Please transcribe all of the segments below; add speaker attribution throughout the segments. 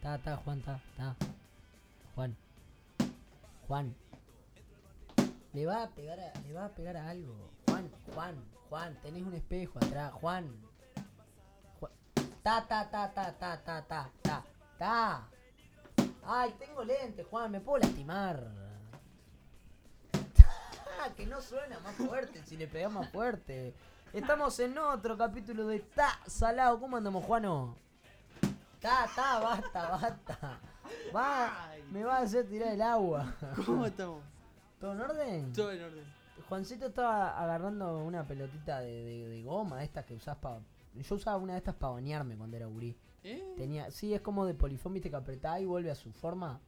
Speaker 1: Ta, ta, Juan, ta, ta. Juan. Juan. Le va a pegar a, le va a pegar a algo. Juan, Juan, Juan, tenés un espejo atrás, Juan. Juan. Ta, ta, ta, ta, ta, ta, ta, ta, ta. Ay, tengo lente, Juan, me puedo lastimar. Ta, Ah, que no suena más fuerte, si le pegamos más fuerte. Estamos en otro capítulo de Ta Salado. ¿Cómo andamos, Juano? Ta, ta, basta, basta. Va, me va a hacer tirar el agua.
Speaker 2: ¿Cómo estamos?
Speaker 1: ¿Todo en orden?
Speaker 2: Todo en orden.
Speaker 1: Juancito estaba agarrando una pelotita de, de- de goma, estas que usás para. Yo usaba una de estas para bañarme cuando era gurí.
Speaker 2: ¿Eh?
Speaker 1: Tenía, sí, es como de polifón, viste que apretá y vuelve a su forma.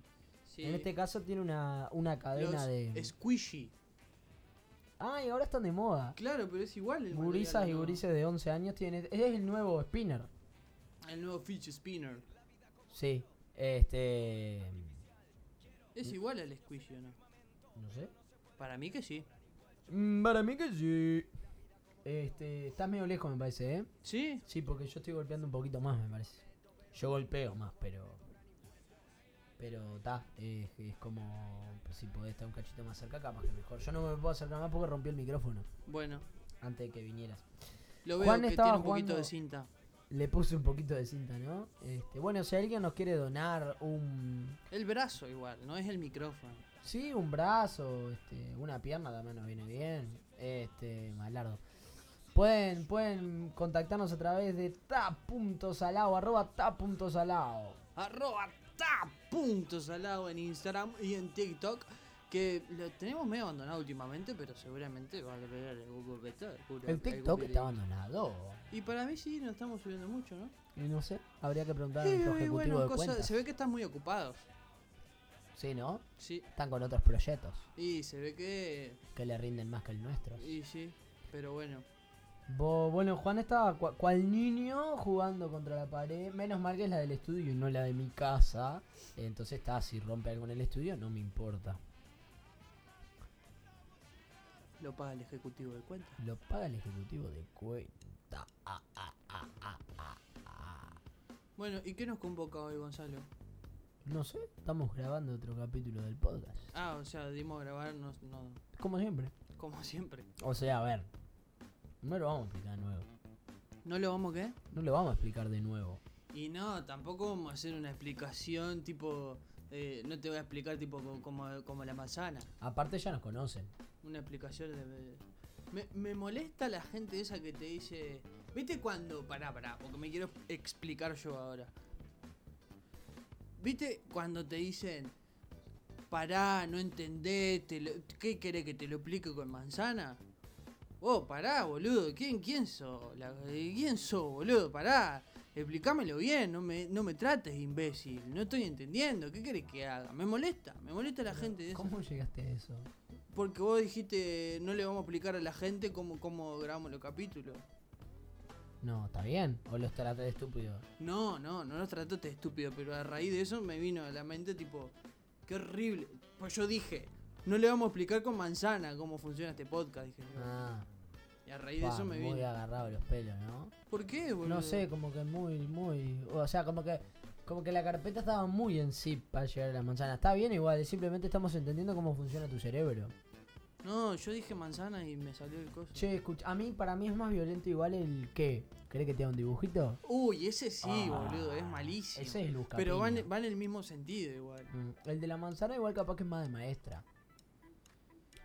Speaker 2: Sí.
Speaker 1: En este caso tiene una, una cadena
Speaker 2: Los
Speaker 1: de.
Speaker 2: Squishy.
Speaker 1: Ay, Ah, ahora están de moda.
Speaker 2: Claro, pero es igual el
Speaker 1: Gurisas y
Speaker 2: material, ¿no?
Speaker 1: gurises de 11 años tienen. Ese es el nuevo spinner.
Speaker 2: El nuevo Fidget Spinner.
Speaker 1: Sí. Este.
Speaker 2: Es
Speaker 1: Mm.
Speaker 2: igual al Squishy, ¿o ¿no?
Speaker 1: No sé.
Speaker 2: Para mí que sí.
Speaker 1: Mm, Para mí que sí. Este. Estás medio lejos, me parece, ¿eh?
Speaker 2: ¿Sí?
Speaker 1: Sí, porque yo estoy golpeando un poquito más, me parece. Yo golpeo más, pero. Pero está, es, es como. pues, si podés estar un cachito más cerca, capaz que mejor. Yo no me puedo acercar más porque rompí el micrófono
Speaker 2: Bueno.
Speaker 1: antes de que vinieras.
Speaker 2: Lo veo
Speaker 1: Juan
Speaker 2: que
Speaker 1: estaba
Speaker 2: tiene un poquito
Speaker 1: jugando-
Speaker 2: de cinta.
Speaker 1: Le puse un poquito de cinta, ¿no? Este, bueno, si alguien nos quiere donar un.
Speaker 2: El brazo igual, no es el micrófono.
Speaker 1: Sí, un brazo, este, una pierna también nos viene bien. Este, malardo. Pueden, pueden contactarnos a través de ta.salao, arroba ta.salao.
Speaker 2: Arroba ta punto salado en Instagram y en TikTok. Que lo tenemos medio abandonado últimamente, pero seguramente va a pegar el Google Beta. juro,
Speaker 1: El
Speaker 2: algún
Speaker 1: TikTok
Speaker 2: video.
Speaker 1: está abandonado.
Speaker 2: Y para mí sí, no estamos subiendo mucho, ¿no?
Speaker 1: Y no sé, habría que preguntar a
Speaker 2: Sí,
Speaker 1: nuestro
Speaker 2: y
Speaker 1: ejecutivo
Speaker 2: bueno,
Speaker 1: de
Speaker 2: cosa-
Speaker 1: cuentas.
Speaker 2: se ve que están muy ocupados.
Speaker 1: Sí, ¿no?
Speaker 2: Sí,
Speaker 1: Están con otros proyectos
Speaker 2: y se ve que.
Speaker 1: que le rinden más que el nuestro.
Speaker 2: Y sí, pero bueno.
Speaker 1: Bo- bueno, Juan estaba cua- cual niño jugando contra la pared. Menos mal que es la del estudio y no la de mi casa. Entonces está, si rompe algo en el estudio, no me importa.
Speaker 2: Lo paga el ejecutivo de cuenta.
Speaker 1: Lo paga el ejecutivo de cuenta. Ah, ah, ah, ah, ah, ah.
Speaker 2: Bueno, ¿y qué nos convoca hoy, Gonzalo?
Speaker 1: No sé, estamos grabando otro capítulo del podcast.
Speaker 2: Ah, o sea, dimos a grabar, no, no-
Speaker 1: Como siempre.
Speaker 2: como siempre.
Speaker 1: O sea, a ver. No lo vamos a explicar de nuevo.
Speaker 2: ¿No lo vamos qué?
Speaker 1: No lo vamos a explicar de nuevo.
Speaker 2: Y no, tampoco vamos a hacer una explicación tipo. eh, no te voy a explicar tipo co- como, como la manzana.
Speaker 1: Aparte ya nos conocen.
Speaker 2: Una explicación de. de- Me, me molesta la gente esa que te dice. ¿Viste cuando.? Pará, pará, porque me quiero explicar yo ahora. ¿Viste cuando te dicen. Pará, no entendés, te lo- ¿qué querés que te lo explique con manzana? Oh, pará, boludo, ¿quién, quién sos? La- ¿Quién sos, boludo? Pará, explícamelo bien, no me, no me trates de imbécil, no estoy entendiendo, ¿qué querés que haga? Me molesta, me molesta la gente de esa
Speaker 1: ¿Cómo llegaste a eso?
Speaker 2: porque vos dijiste, no le vamos a explicar a la gente cómo, cómo grabamos los capítulos.
Speaker 1: No, está bien. O los traté de estúpido.
Speaker 2: No, no, no nos trataste de estúpido, pero a raíz de eso me vino a la mente tipo, qué horrible. Pues yo dije, no le vamos a explicar con manzana cómo funciona este podcast, dije yo.
Speaker 1: Ah,
Speaker 2: Y a raíz de
Speaker 1: pa,
Speaker 2: eso me
Speaker 1: muy
Speaker 2: vino.
Speaker 1: agarrado los pelos, ¿no?
Speaker 2: ¿Por qué, boludo?
Speaker 1: No sé, como que muy, muy. O sea, como que. Como que la carpeta estaba muy en sí para llegar a la manzana. Está bien igual, simplemente estamos entendiendo cómo funciona tu cerebro.
Speaker 2: No, yo dije manzana y me salió el coso.
Speaker 1: Che, escucha, a mí para mí es más violento igual el que. ¿Crees que te da un dibujito?
Speaker 2: Uy, ese sí,
Speaker 1: Ah,
Speaker 2: boludo, es malísimo.
Speaker 1: Ese es el buscapié.
Speaker 2: pero va en, va en el mismo sentido igual.
Speaker 1: Mm, El de la manzana igual capaz que es más de maestra.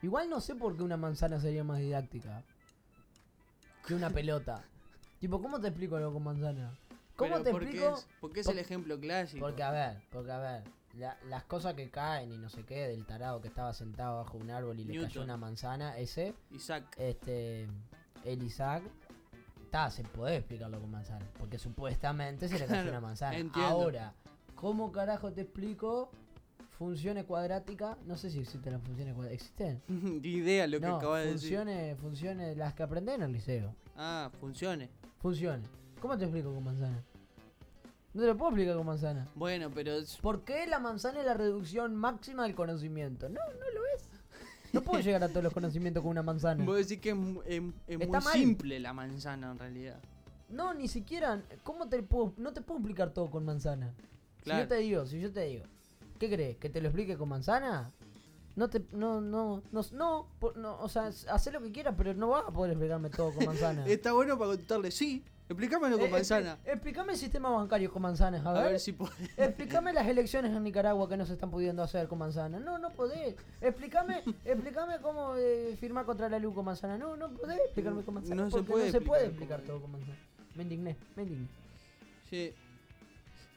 Speaker 1: Igual no sé por qué una manzana sería más didáctica que una pelota. Tipo, ¿cómo te explico algo con manzana? ¿Cómo
Speaker 2: Pero
Speaker 1: te
Speaker 2: porque
Speaker 1: explico?
Speaker 2: Es, porque es
Speaker 1: por-
Speaker 2: el ejemplo clásico.
Speaker 1: Porque a ver, porque a ver, la- las cosas que caen y no sé qué, del tarado que estaba sentado bajo un árbol y le cayó
Speaker 2: Newton.
Speaker 1: una manzana, ese,
Speaker 2: Isaac.
Speaker 1: este, el Isaac, ta, se puede explicarlo con manzana, porque supuestamente se le cayó
Speaker 2: Claro,
Speaker 1: una manzana.
Speaker 2: entiendo.
Speaker 1: Ahora, ¿cómo carajo te explico funciones cuadráticas? No sé si existen las funciones cuadráticas. ¿Existen?
Speaker 2: Ni idea lo que
Speaker 1: no,
Speaker 2: acabas de decir.
Speaker 1: funciones, funciones, las que aprendés en el liceo.
Speaker 2: Ah, funcione.
Speaker 1: Funciones. ¿Cómo te explico con manzana? No te lo puedo explicar con manzana.
Speaker 2: Bueno, pero es-
Speaker 1: ¿Por qué la manzana es la reducción máxima del conocimiento? No, no lo es. No puedo llegar a todos los conocimientos con una manzana.
Speaker 2: vos decís que es, mu- es- es
Speaker 1: Está
Speaker 2: muy
Speaker 1: mal.
Speaker 2: simple la manzana en realidad.
Speaker 1: No, ni siquiera. ¿Cómo te puedo.? No te puedo explicar todo con manzana. Si
Speaker 2: Claro.
Speaker 1: yo te digo, si yo te digo, ¿qué crees? ¿Que te lo explique con manzana? No te, no, no, no, no, por- no, o sea, hace lo que quieras, pero no vas a poder explicarme todo con manzana.
Speaker 2: Está bueno para contarle, sí. Explícamelo
Speaker 1: Eh,
Speaker 2: con
Speaker 1: expli-
Speaker 2: manzana.
Speaker 1: Explícame el sistema bancario con manzanas, a
Speaker 2: A
Speaker 1: ver.
Speaker 2: ver si puede.
Speaker 1: Explícame las elecciones en Nicaragua que no se están pudiendo hacer con manzana. No, no podés. Explícame, explícame cómo eh, firmar contra la luz con manzana. No, no podés explicarme con manzana.
Speaker 2: No se
Speaker 1: porque
Speaker 2: puede
Speaker 1: no se puede explicar
Speaker 2: explicar con-
Speaker 1: todo con manzana. Me indigné, me indigné.
Speaker 2: Sí.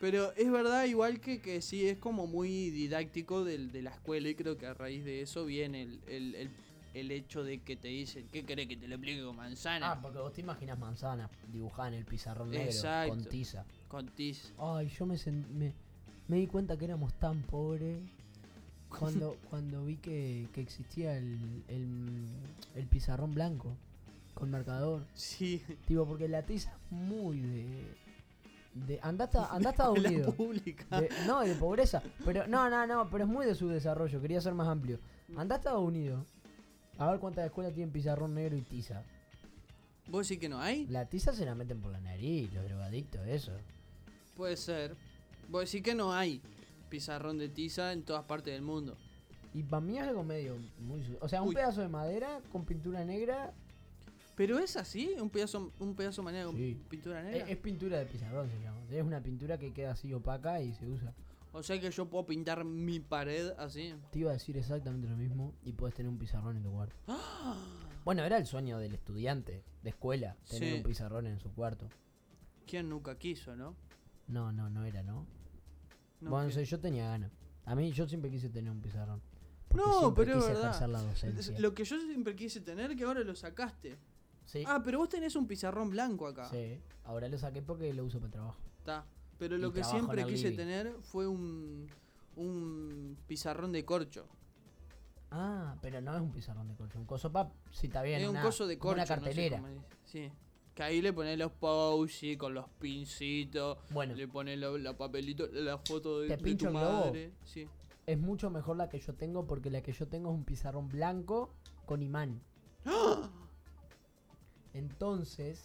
Speaker 2: Pero es verdad, igual que, que sí, es como muy didáctico del- de, la escuela y creo que a raíz de eso viene el, el- el- el hecho de que te dicen, ¿qué querés que te lo explique con manzana?
Speaker 1: Ah, porque vos te imaginas manzana dibujada en el pizarrón negro
Speaker 2: Exacto.
Speaker 1: con tiza.
Speaker 2: Con tiz.
Speaker 1: Ay, yo me, sen- me, me di cuenta que éramos tan pobres cuando, cuando vi que, que existía el, el, el pizarrón blanco con marcador.
Speaker 2: Sí.
Speaker 1: Tipo, porque la tiza es muy de. de andá hasta, andá a Estados
Speaker 2: La
Speaker 1: Unidos.
Speaker 2: pública.
Speaker 1: De- no, de pobreza. Pero no, no, no, pero es muy de su desarrollo. Quería ser más amplio. Andá a Estados Unidos. A ver cuántas escuelas tienen pizarrón negro y tiza.
Speaker 2: ¿Vos sí que no hay?
Speaker 1: La tiza se la meten por la nariz, los drogadictos, eso.
Speaker 2: Puede ser. Vos sí que no hay pizarrón de tiza en todas partes del mundo.
Speaker 1: Y para mí es algo medio muy. su- O sea, un
Speaker 2: Uy.
Speaker 1: pedazo de madera con pintura negra.
Speaker 2: Pero es así, un pedazo, un pedazo manera con
Speaker 1: Sí.
Speaker 2: pintura
Speaker 1: eh,
Speaker 2: negra.
Speaker 1: Es, pintura de pizarrón, se llama. Es una pintura que queda así opaca y se usa.
Speaker 2: O sea que yo puedo pintar mi pared así.
Speaker 1: Te iba a decir exactamente lo mismo y puedes tener un pizarrón en tu cuarto. Bueno, era el sueño del estudiante de escuela, tener
Speaker 2: Ah. Sí.
Speaker 1: un pizarrón en su cuarto.
Speaker 2: ¿Quién nunca quiso, no?
Speaker 1: No, no, no era, ¿no?
Speaker 2: No,
Speaker 1: bueno,
Speaker 2: que-
Speaker 1: no sé, yo tenía ganas. A mí yo siempre quise tener un pizarrón. Porque
Speaker 2: No,
Speaker 1: siempre
Speaker 2: pero es
Speaker 1: quise
Speaker 2: verdad.
Speaker 1: ejercer la docencia.
Speaker 2: Lo que yo siempre quise tener, que ahora lo sacaste.
Speaker 1: Sí,
Speaker 2: Ah, pero vos tenés un pizarrón blanco acá.
Speaker 1: sí. Ahora lo saqué porque lo uso para trabajo.
Speaker 2: Está. Pero
Speaker 1: Y
Speaker 2: lo que
Speaker 1: trabajo en
Speaker 2: siempre
Speaker 1: el
Speaker 2: quise
Speaker 1: living.
Speaker 2: tener fue un, un pizarrón de corcho.
Speaker 1: Ah, pero no es un pizarrón de corcho. Un coso pa... Si está bien.
Speaker 2: es un
Speaker 1: una-
Speaker 2: coso de
Speaker 1: como
Speaker 2: corcho.
Speaker 1: Una
Speaker 2: no sé
Speaker 1: cartelera.
Speaker 2: cómo es. sí. Que ahí le pones los posi con los pincitos.
Speaker 1: Bueno,
Speaker 2: Le pones lo- la papelito, la foto de,
Speaker 1: ¿Te
Speaker 2: de
Speaker 1: pincho
Speaker 2: tu
Speaker 1: el globo?
Speaker 2: madre. Sí.
Speaker 1: es mucho mejor la que yo tengo porque la que yo tengo es un pizarrón blanco con imán.
Speaker 2: ¡Ah!
Speaker 1: Entonces,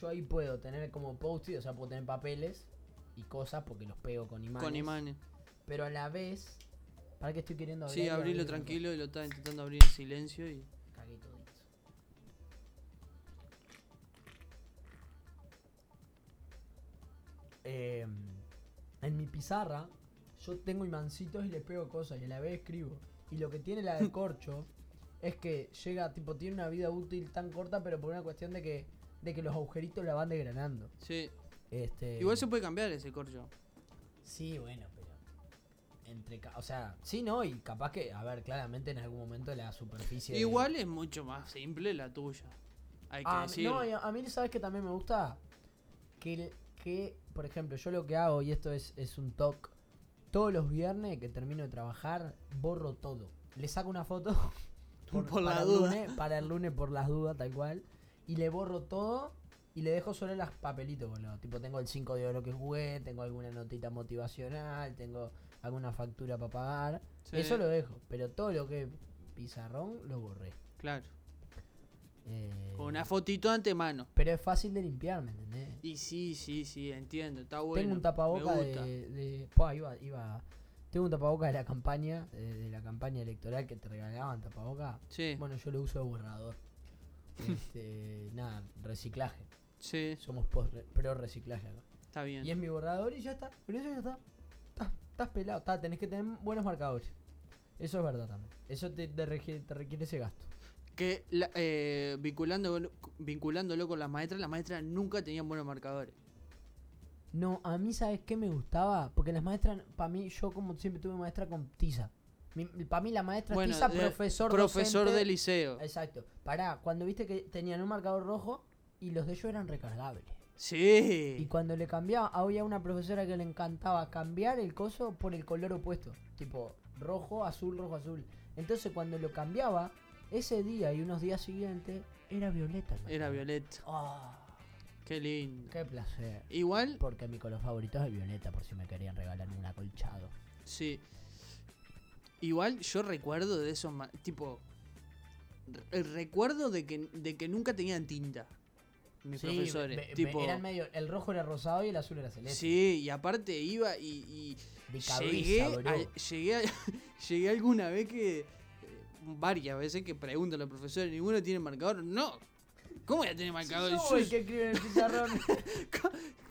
Speaker 1: yo ahí puedo tener como post-it, o sea, puedo tener papeles y cosas porque los pego con imanes.
Speaker 2: Con imanes.
Speaker 1: Pero a la vez, ¿para qué estoy queriendo abrir?
Speaker 2: Sí, abrilo tranquilo y lo estás intentando abrir en silencio y.
Speaker 1: Em, en mi pizarra, yo tengo imancitos y le pego cosas y a la vez escribo. Y lo que tiene la de corcho es que llega, tipo, tiene una vida útil tan corta, pero por una cuestión de que, de que los agujeritos la van degranando.
Speaker 2: Sí.
Speaker 1: Este,
Speaker 2: Igual se puede cambiar ese corcho.
Speaker 1: Sí, bueno, pero. Entre, ca- o sea, sí, no, y capaz que, a ver, claramente en algún momento la superficie. de-
Speaker 2: Igual es mucho más simple la tuya. Hay que
Speaker 1: Ah,
Speaker 2: decir.
Speaker 1: no, y a, a mí, ¿sabes que también me gusta? Que, el- que, por ejemplo, yo lo que hago, y esto es, es un talk, todos los viernes que termino de trabajar, borro todo. Le saco una foto
Speaker 2: Por la
Speaker 1: para el
Speaker 2: duda.
Speaker 1: lunes- para el lunes, por las dudas, tal cual. Y le borro todo y le dejo solo las papelitos, boludo. Tipo, tengo el 5 de oro que jugué, tengo alguna notita motivacional, tengo alguna factura para pagar.
Speaker 2: Sí,
Speaker 1: Eso lo dejo, pero todo lo que es pizarrón lo borré.
Speaker 2: Claro.
Speaker 1: Eh,
Speaker 2: Con una fotito de antemano.
Speaker 1: pero es fácil de limpiar, ¿me entendés?
Speaker 2: Y sí, sí, sí, entiendo. Está bueno.
Speaker 1: tengo un
Speaker 2: me
Speaker 1: tapaboca
Speaker 2: gusta.
Speaker 1: de. de- Pua, iba, iba. Tengo un tapaboca de la campaña, eh, de, la campaña electoral que te regalaban tapaboca.
Speaker 2: Sí,
Speaker 1: Bueno, yo lo uso de borrador. Este, nada, reciclaje.
Speaker 2: sí,
Speaker 1: Somos post- pro reciclaje acá.
Speaker 2: está bien.
Speaker 1: Y es mi borrador y ya está. Pero eso ya está. Estás, estás pelado. Está, tenés que tener buenos marcadores. Eso es verdad también. Eso te, te requiere, te requiere ese gasto.
Speaker 2: Que la- eh, vinculando, vinculándolo con las maestras, las maestras nunca tenían buenos marcadores.
Speaker 1: No, a mí, ¿sabes qué me gustaba? Porque las maestras, para mí, yo como siempre tuve maestra con tiza. Para mí la maestra
Speaker 2: Bueno,
Speaker 1: tiza,
Speaker 2: de-
Speaker 1: profesor
Speaker 2: Profesor
Speaker 1: docente,
Speaker 2: de liceo.
Speaker 1: Exacto. Pará, cuando viste que tenían un marcador rojo y los de ellos eran recargables. Y
Speaker 2: Sí.
Speaker 1: cuando le cambiaba, había una profesora que le encantaba cambiar el coso por el color opuesto. Tipo, rojo, azul, rojo, azul. Entonces cuando lo cambiaba, ese día y unos días siguientes, era violeta. el
Speaker 2: Era
Speaker 1: marcador.
Speaker 2: Violeta.
Speaker 1: Ah,
Speaker 2: Qué lindo.
Speaker 1: ¡Qué placer!
Speaker 2: Igual,
Speaker 1: Porque mi color favorito es el violeta, por si me querían regalar un acolchado.
Speaker 2: sí. Igual yo recuerdo de esos. ma- Tipo. re- Recuerdo de que, de que nunca tenían tinta. mis
Speaker 1: Sí,
Speaker 2: profesores.
Speaker 1: ve- ve-
Speaker 2: tipo,
Speaker 1: eran medio, el rojo era rosado y el azul era celeste.
Speaker 2: sí, y aparte iba y, y
Speaker 1: De cabeza,
Speaker 2: llegué,
Speaker 1: boludo.
Speaker 2: a- llegué, a- llegué alguna vez que. eh, varias veces que pregunto a los profesores, ¿ninguno tiene marcador? No. ¿Cómo voy a tener marcador?
Speaker 1: Yo
Speaker 2: Yo-
Speaker 1: soy el que escribe en el pizarrón.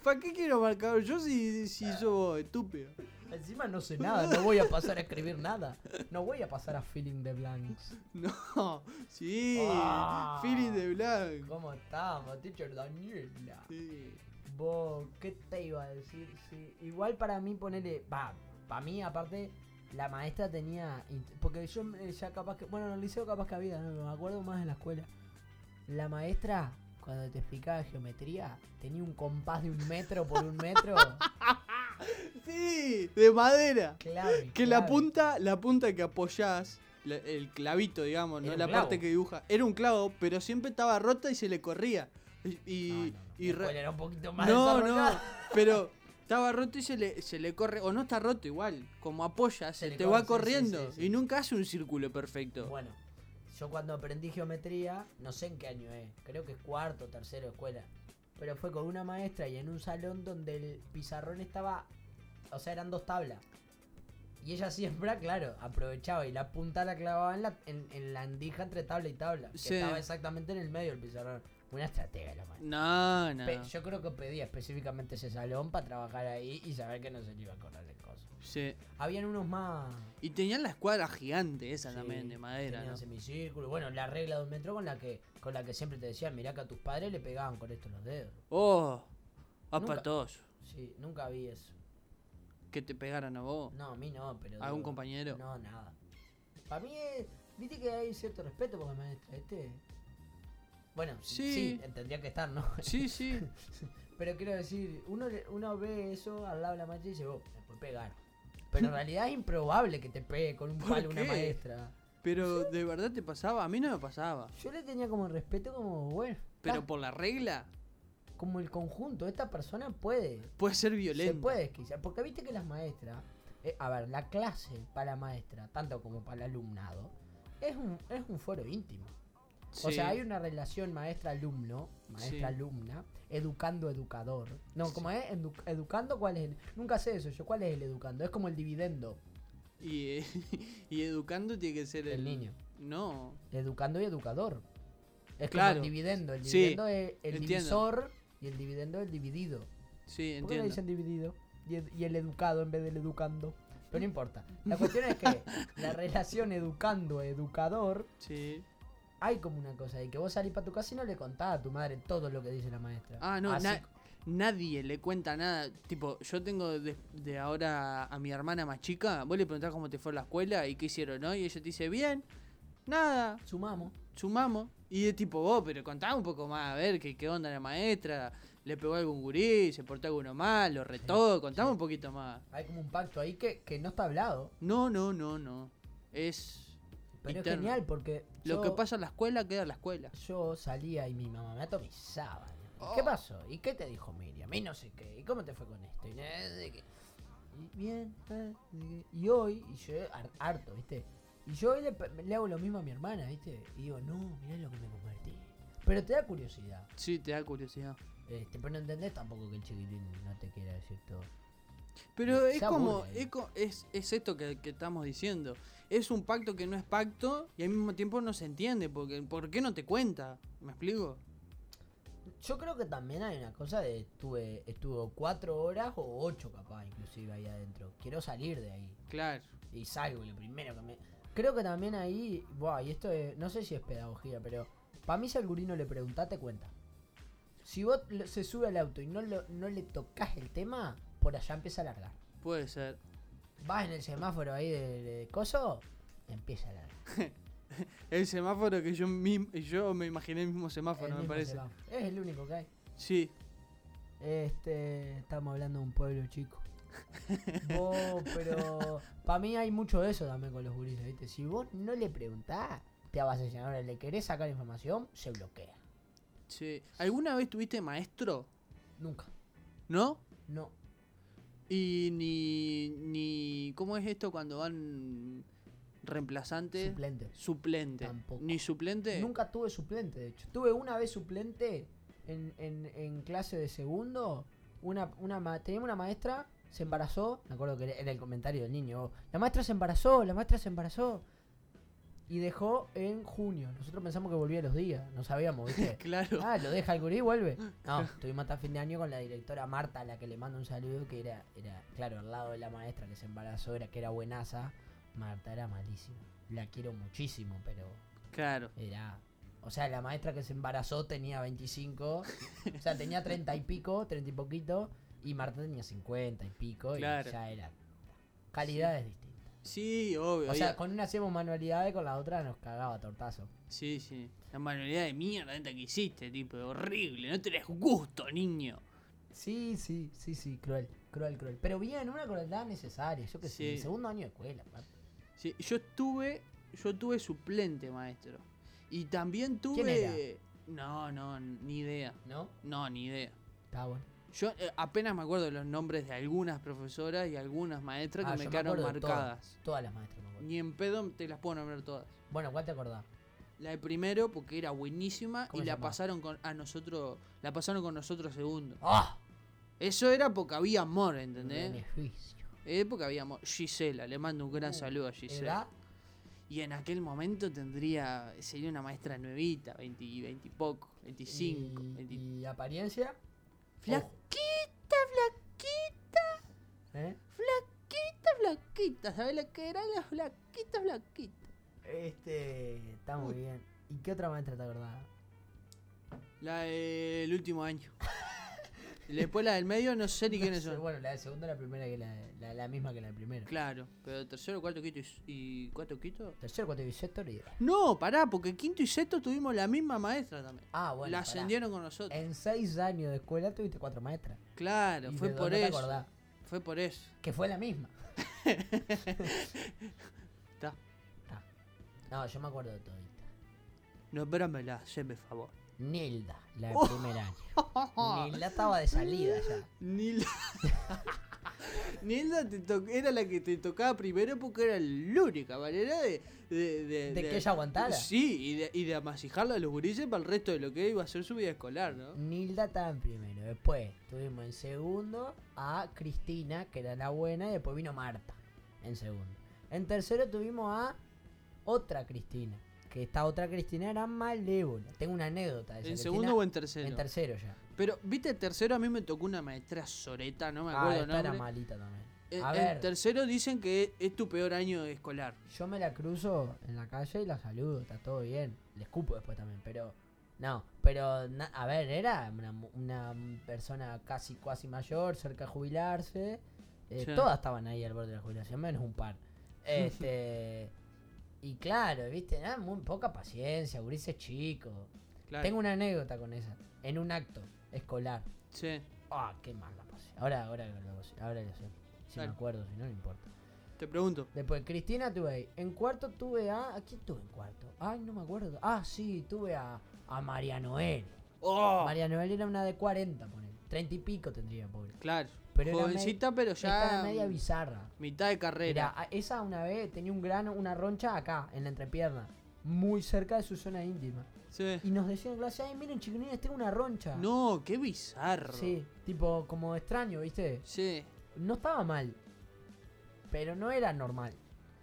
Speaker 2: ¿Para qué quiero marcador? Yo si, si soy vos, estúpido.
Speaker 1: Encima no sé nada, no voy a pasar a escribir nada. No voy a pasar a feeling the blanks.
Speaker 2: No, sí.
Speaker 1: Ah.
Speaker 2: Feeling de blanco.
Speaker 1: ¿Cómo estamos, teacher Daniela?
Speaker 2: Sí.
Speaker 1: Vos, ¿qué te iba a decir? Sí, igual para mí ponerle, va, para mí aparte la maestra tenía, int- porque yo eh, ya capaz que, bueno, en el liceo capaz que había, no me acuerdo más en la escuela. La maestra cuando te explicaba geometría tenía un compás de un metro por un metro,
Speaker 2: Sí, de madera.
Speaker 1: clave.
Speaker 2: Que la
Speaker 1: clave.
Speaker 2: punta, la punta que apoyás, la- el clavito, digamos,
Speaker 1: Era
Speaker 2: no
Speaker 1: un
Speaker 2: la
Speaker 1: clavo.
Speaker 2: parte que dibuja, era un clavo, pero siempre estaba rota y se le corría. Y,
Speaker 1: No, no,
Speaker 2: y,
Speaker 1: no,
Speaker 2: y
Speaker 1: mi
Speaker 2: re-
Speaker 1: escuela era un poquito más
Speaker 2: no,
Speaker 1: desarrollada.
Speaker 2: no, pero estaba roto y se le, se le corre, o no está roto igual, como apoya,
Speaker 1: Se
Speaker 2: se,
Speaker 1: le
Speaker 2: te
Speaker 1: corre,
Speaker 2: va
Speaker 1: sí, sí,
Speaker 2: corriendo
Speaker 1: sí, sí.
Speaker 2: y nunca hace un círculo perfecto.
Speaker 1: Bueno, yo cuando aprendí geometría, no sé en qué año es, creo que es cuarto, tercero de escuela, pero fue con una maestra y en un salón donde el pizarrón estaba, o sea, eran dos tablas. Y ella siempre, claro, aprovechaba y la punta la clavaba en la, en, en la andija entre tabla y tabla, que
Speaker 2: Sí.
Speaker 1: estaba exactamente en el medio del pizarrón. Una estratega la maestra.
Speaker 2: No, no.
Speaker 1: Pe- Yo creo que pedía específicamente ese salón para trabajar ahí y saber que no se le iba a correr de cosas.
Speaker 2: Sí.
Speaker 1: Habían unos más
Speaker 2: Y tenían la escuadra gigante esa también,
Speaker 1: Sí,
Speaker 2: de madera,
Speaker 1: tenían
Speaker 2: ¿no?
Speaker 1: semicírculo. Bueno, la regla de un metro con la que con la que siempre te decían, mirá que a tus padres le pegaban con esto en los dedos.
Speaker 2: Oh,
Speaker 1: Nunca-
Speaker 2: apatoso.
Speaker 1: Sí, nunca vi eso.
Speaker 2: Que te pegaran a vos.
Speaker 1: No, a mí no, pero.
Speaker 2: ¿Algún
Speaker 1: digo,
Speaker 2: compañero?
Speaker 1: No, nada. Para mí es. Viste que hay cierto respeto por la maestra, este. Bueno, sí.
Speaker 2: Sí.
Speaker 1: tendría que estar, ¿no?
Speaker 2: Sí, sí.
Speaker 1: Pero quiero decir, uno, le- uno ve eso al lado de la maestra y dice, vos, me puede pegar. Pero en realidad es improbable que te pegue con un
Speaker 2: ¿Por
Speaker 1: palo una
Speaker 2: qué?
Speaker 1: maestra.
Speaker 2: Pero de verdad te pasaba, a mí no me pasaba.
Speaker 1: Yo le tenía como respeto, como, bueno.
Speaker 2: Pero
Speaker 1: está,
Speaker 2: por la regla
Speaker 1: como el conjunto, esta persona puede.
Speaker 2: puede ser violento.
Speaker 1: Se puede desquiciar, porque viste que las maestras, eh, a ver, la clase para la maestra, tanto como para el alumnado, es un, es un foro íntimo. O sea, hay una relación maestra-alumno, maestra-alumna, educando-educador. No, como es Edu- educando, ¿cuál es el? Nunca sé eso yo, ¿cuál es el educando? Es como el dividendo,
Speaker 2: y, eh, y educando tiene que ser
Speaker 1: el,
Speaker 2: el,
Speaker 1: niño.
Speaker 2: No.
Speaker 1: Educando y educador. Es
Speaker 2: Claro.
Speaker 1: como el dividendo, el
Speaker 2: Sí,
Speaker 1: dividendo es el
Speaker 2: entiendo.
Speaker 1: divisor y el dividendo el dividido.
Speaker 2: Sí,
Speaker 1: ¿Por qué le
Speaker 2: entiendo.
Speaker 1: dicen dividido? Y, ed- y el educado en vez del educando.
Speaker 2: Mm.
Speaker 1: Pero no importa. La cuestión es que la relación educando-educador,
Speaker 2: Sí.
Speaker 1: hay como una cosa de que vos salís para tu casa y no le contás a tu madre todo lo que dice la maestra.
Speaker 2: Ah, no,
Speaker 1: Así-
Speaker 2: na- nadie le cuenta nada. Tipo, yo tengo de, de ahora a mi hermana más chica, vos le preguntás cómo te fue en la escuela y qué hicieron, ¿no? Y ella te dice, bien, nada,
Speaker 1: Sumamos.
Speaker 2: sumamos. Y es tipo, vos, pero contá un poco más, a ver qué, qué onda la maestra, le pegó algún gurí, se portó alguno mal, lo retó, contame
Speaker 1: sí.
Speaker 2: un poquito más.
Speaker 1: Hay como un pacto ahí que, que no está hablado.
Speaker 2: No, no, no, no. Es.
Speaker 1: Pero es
Speaker 2: interno.
Speaker 1: genial porque
Speaker 2: Lo
Speaker 1: yo,
Speaker 2: que pasa en la escuela queda en la escuela.
Speaker 1: yo salía y mi mamá me atomizaba. ¿no?
Speaker 2: Oh.
Speaker 1: ¿Qué pasó? ¿Y qué te dijo Miriam? Y no sé qué. ¿Y cómo te fue con esto? Y no sé qué. Y bien. eh, y- Y hoy, y yo har- harto, ¿viste? Y yo hoy le, pe- le hago lo mismo a mi hermana, ¿viste? Y digo, no, mirá lo que me convertí. Pero te da curiosidad.
Speaker 2: Sí, te da curiosidad.
Speaker 1: Este, pero no entendés tampoco que el chiquitín no te quiera decir todo.
Speaker 2: Pero
Speaker 1: Se
Speaker 2: es como.
Speaker 1: aburre.
Speaker 2: Es, co- es, es esto que, que estamos diciendo. Es un pacto que no es pacto y al mismo tiempo no se entiende. Porque, ¿Por qué no te cuenta? ¿Me explico?
Speaker 1: Yo creo que también hay una cosa de estuve, estuvo cuatro horas o ocho capaz inclusive ahí adentro. Quiero salir de ahí.
Speaker 2: Claro.
Speaker 1: Y salgo y lo primero que me. Creo que también ahí. Buah, y esto es- no sé si es pedagogía, pero para mí si al gurí no le preguntás, te cuenta. Si vos lo- se sube al auto y no, lo- no le tocas el tema, por allá empieza a largar.
Speaker 2: Puede ser.
Speaker 1: Vas en el semáforo ahí de, de coso, empieza a largar.
Speaker 2: El semáforo que yo, mim- yo me imaginé el mismo semáforo,
Speaker 1: El
Speaker 2: me
Speaker 1: mismo
Speaker 2: parece.
Speaker 1: semáforo. Es el único que hay.
Speaker 2: Sí.
Speaker 1: Este, estamos hablando de un pueblo chico. Vos, pero para mí hay mucho de eso también con los gurises, ¿viste? Si vos no le preguntás, te avasallan. Ahora le querés sacar información, se bloquea.
Speaker 2: Sí. ¿Alguna vez tuviste maestro?
Speaker 1: Nunca.
Speaker 2: ¿No?
Speaker 1: No.
Speaker 2: Y ni, ni. ¿Cómo es esto cuando van reemplazantes?
Speaker 1: Suplente.
Speaker 2: Suplente.
Speaker 1: Tampoco.
Speaker 2: ¿Ni suplente?
Speaker 1: Nunca tuve suplente, de hecho. Tuve una vez suplente en, en- en clase de segundo, una, una ma- teníamos una maestra, se embarazó, me acuerdo que era el comentario del niño, oh, la maestra se embarazó, la maestra se embarazó. Y dejó en junio. Nosotros pensamos que volvía a los días, no sabíamos, ¿viste?
Speaker 2: Claro.
Speaker 1: Ah, lo deja el gurí y vuelve. No, estuvimos hasta fin de año con la directora Marta, a la que le mando un saludo, que era, era, claro, al lado de la maestra que se embarazó, era que era buenaza. Marta era malísima. La quiero muchísimo, pero
Speaker 2: Claro.
Speaker 1: era. O sea, la maestra que se embarazó tenía 25, o sea, tenía 30 y pico, 30 y poquito, y Marta tenía 50 y pico,
Speaker 2: Claro.
Speaker 1: y ya era. Calidades distintas.
Speaker 2: Sí, obvio.
Speaker 1: O
Speaker 2: había-
Speaker 1: sea, con una hacíamos manualidades, con la otra nos cagaba a tortazo.
Speaker 2: Sí, sí. La manualidad de mierda esta que hiciste, tipo, horrible. No tenés gusto, niño.
Speaker 1: Sí, sí, sí, sí, cruel, cruel, cruel. Pero bien, una crueldad necesaria, yo que
Speaker 2: Sí.
Speaker 1: sé, el segundo año de escuela. papi.
Speaker 2: Sí, yo estuve, yo tuve suplente, maestro. Y también tuve.
Speaker 1: era?
Speaker 2: No, no, ni idea.
Speaker 1: ¿No?
Speaker 2: No, ni idea.
Speaker 1: Está bueno.
Speaker 2: Yo eh, apenas me acuerdo de los nombres de algunas profesoras y algunas maestras
Speaker 1: Ah,
Speaker 2: que me
Speaker 1: yo
Speaker 2: quedaron
Speaker 1: acuerdo de todas,
Speaker 2: marcadas.
Speaker 1: Todas, las maestras me acuerdo.
Speaker 2: Ni en pedo te las puedo nombrar todas.
Speaker 1: Bueno, ¿cuál te acordás?
Speaker 2: La de primero porque era buenísima y
Speaker 1: ¿Cómo se
Speaker 2: la
Speaker 1: llamaba?
Speaker 2: pasaron con a nosotros, la pasaron con nosotros segundo.
Speaker 1: ¡Ah!
Speaker 2: Eso era porque había amor, ¿entendés?
Speaker 1: Beneficio.
Speaker 2: Eh, porque había amor. Gisela, le mando un gran
Speaker 1: Uh,
Speaker 2: saludo a Gisela.
Speaker 1: ¿Edad?
Speaker 2: Y en aquel momento tendría, sería una maestra nuevita, 20, y 20 y poco, 25,
Speaker 1: y,
Speaker 2: 20
Speaker 1: y apariencia.
Speaker 2: Flaquita, Oh. flaquita,
Speaker 1: ¿Eh?
Speaker 2: flaquita, flaquita. ¿Sabés la que era la flaquita, flaquita?
Speaker 1: Este, está muy bien. ¿Y qué otra maestra te acordás?
Speaker 2: La del último año. Después la del medio, no sé ni quiénes
Speaker 1: No sé,
Speaker 2: son.
Speaker 1: Bueno, la de segunda es la primera que la, la, la misma que la de primera.
Speaker 2: Claro, pero tercero, cuarto, quinto y, s- y cuarto, quinto.
Speaker 1: Tercero, cuarto y sexto era igual.
Speaker 2: No, pará, porque quinto y sexto tuvimos la misma maestra también.
Speaker 1: Ah, bueno.
Speaker 2: la
Speaker 1: pará.
Speaker 2: ascendieron con nosotros.
Speaker 1: En seis años de escuela tuviste cuatro maestras.
Speaker 2: Claro,
Speaker 1: Y
Speaker 2: fue
Speaker 1: de dos
Speaker 2: por
Speaker 1: no te
Speaker 2: eso.
Speaker 1: acordás,
Speaker 2: Fue por eso.
Speaker 1: que fue la misma.
Speaker 2: Está.
Speaker 1: Ah. No, yo me acuerdo de todita.
Speaker 2: Nombrámela, haceme favor.
Speaker 1: Nilda, la de primer año. Nilda estaba de salida ya.
Speaker 2: Nilda. Nilda te to- era la que te tocaba primero porque era la única manera de. De,
Speaker 1: De que ella aguantara.
Speaker 2: Sí, y de, y de amasijarla a los gurises para el resto de lo que iba a ser su vida escolar, ¿no?
Speaker 1: Nilda estaba en primero. Después tuvimos en segundo a Cristina, que era la buena, y después vino Marta en segundo. En tercero tuvimos a otra Cristina, que esta otra Cristina era malévola. Tengo una anécdota de esa
Speaker 2: ¿En
Speaker 1: Cristina.
Speaker 2: segundo o en tercero?
Speaker 1: En tercero ya.
Speaker 2: Pero, viste, tercero a mí me tocó una maestra soreta, no me
Speaker 1: ah, esta
Speaker 2: acuerdo el nombre.
Speaker 1: era malita también.
Speaker 2: En-
Speaker 1: A
Speaker 2: en
Speaker 1: ver,
Speaker 2: tercero dicen que es tu peor año escolar.
Speaker 1: yo me la cruzo en la calle y la saludo, está todo bien. Le escupo después también, pero... No, pero na- a ver, era una, mu- una persona casi cuasi mayor, cerca de jubilarse. Eh,
Speaker 2: Sí.
Speaker 1: Todas estaban ahí al borde de la jubilación, menos un par. Este, y claro, viste, nada, muy poca paciencia, gurises chico.
Speaker 2: Claro.
Speaker 1: Tengo una anécdota con esa, en un acto escolar.
Speaker 2: Sí,
Speaker 1: Ah, qué mal la pasé. Ahora, ahora lo sé, ahora lo sé. Si
Speaker 2: Dale.
Speaker 1: me acuerdo, si no, no importa.
Speaker 2: te pregunto.
Speaker 1: Después, Cristina tuve ahí. En cuarto tuve a. ¿A quién tuve en cuarto? Ay, no me acuerdo. Ah, sí, tuve a, a María Noel.
Speaker 2: ¡Oh!
Speaker 1: María Noel era una de 40, ponen. 30 y pico tendría, pobre.
Speaker 2: Claro.
Speaker 1: Pero era
Speaker 2: Jovencita, pero
Speaker 1: Esta
Speaker 2: ya.
Speaker 1: era media bizarra.
Speaker 2: mitad de
Speaker 1: Era,
Speaker 2: carrera.
Speaker 1: a- esa una vez tenía un grano, una roncha acá, en la entrepierna. Muy cerca de su zona íntima.
Speaker 2: Sí.
Speaker 1: Y nos decían en clase, ay, miren chiquilines, tengo una roncha.
Speaker 2: No, qué bizarro.
Speaker 1: Sí, tipo, como extraño, ¿viste?
Speaker 2: Sí.
Speaker 1: No estaba mal. Pero no era normal.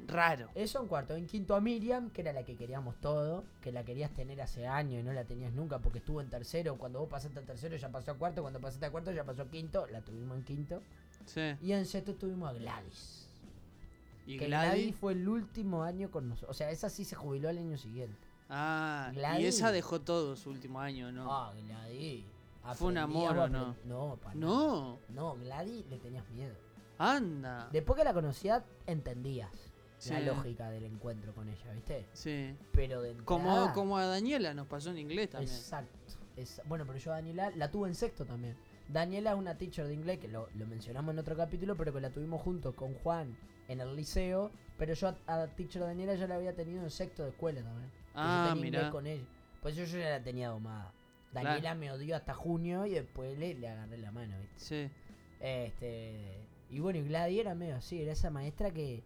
Speaker 2: Raro.
Speaker 1: Eso en cuarto. En quinto a Miriam, que era la que queríamos todo, que la querías tener hace años y no la tenías nunca porque estuvo en tercero. Cuando vos pasaste a tercero ya pasó a cuarto, cuando pasaste a cuarto ya pasó a quinto, la tuvimos en quinto.
Speaker 2: Sí.
Speaker 1: Y en sexto tuvimos a Gladys.
Speaker 2: ¿Y
Speaker 1: que
Speaker 2: Gladys?
Speaker 1: Gladys? fue el último año con nosotros. O sea, esa sí se jubiló al año siguiente.
Speaker 2: Ah, y
Speaker 1: Gladys.
Speaker 2: esa dejó todo su último año, ¿no?
Speaker 1: Ah, Gladys.
Speaker 2: Fue un
Speaker 1: Aprendías,
Speaker 2: amor, ¿o
Speaker 1: vos aprend- No, pa' nada.
Speaker 2: no,
Speaker 1: No, Gladys le tenías miedo.
Speaker 2: anda.
Speaker 1: Después que la conocías, entendías la
Speaker 2: Sí.
Speaker 1: lógica del encuentro con ella, ¿viste?
Speaker 2: Sí.
Speaker 1: Pero de
Speaker 2: Como,
Speaker 1: entrada-
Speaker 2: como a Daniela nos pasó en inglés también.
Speaker 1: Exacto. Esa- bueno, pero yo a Daniela la tuve en sexto también. Daniela es una teacher de inglés que lo, lo mencionamos en otro capítulo, pero que la tuvimos junto con Juan en el liceo. Pero yo a, a teacher Daniela ya la había tenido en sexto de escuela también. Que yo
Speaker 2: Ah,
Speaker 1: tenía inglés
Speaker 2: mirá.
Speaker 1: con ella. Por eso yo ya la tenía domada. Daniela
Speaker 2: Claro.
Speaker 1: me odió hasta junio y después le, le agarré la mano, ¿viste?
Speaker 2: Sí.
Speaker 1: Este. Y bueno, y Gladys era medio así, era esa maestra que.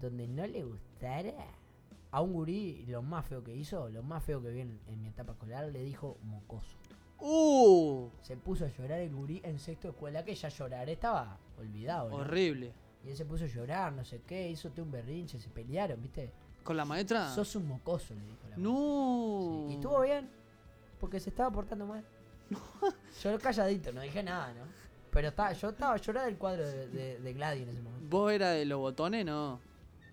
Speaker 1: Donde no le gustara. A un gurí, lo más feo que hizo, lo más feo que vi en, en mi etapa escolar, le dijo mocoso.
Speaker 2: ¡Uh!
Speaker 1: Se puso a llorar el gurí en sexto de escuela, que ya llorar estaba olvidado. ¿no?
Speaker 2: Horrible.
Speaker 1: Y él se puso a llorar, no sé qué, hizo un berrinche, se pelearon, ¿viste?
Speaker 2: ¿Con la maestra?
Speaker 1: Sos un mocoso, le dijo la madre.
Speaker 2: Ah. No.
Speaker 1: Sí, Y estuvo bien, porque se estaba portando mal. yo calladito, no dije nada, ¿no? Pero estaba, yo estaba llorando el cuadro de, de, de Gladys en ese momento.
Speaker 2: ¿Vos era de los botones, no?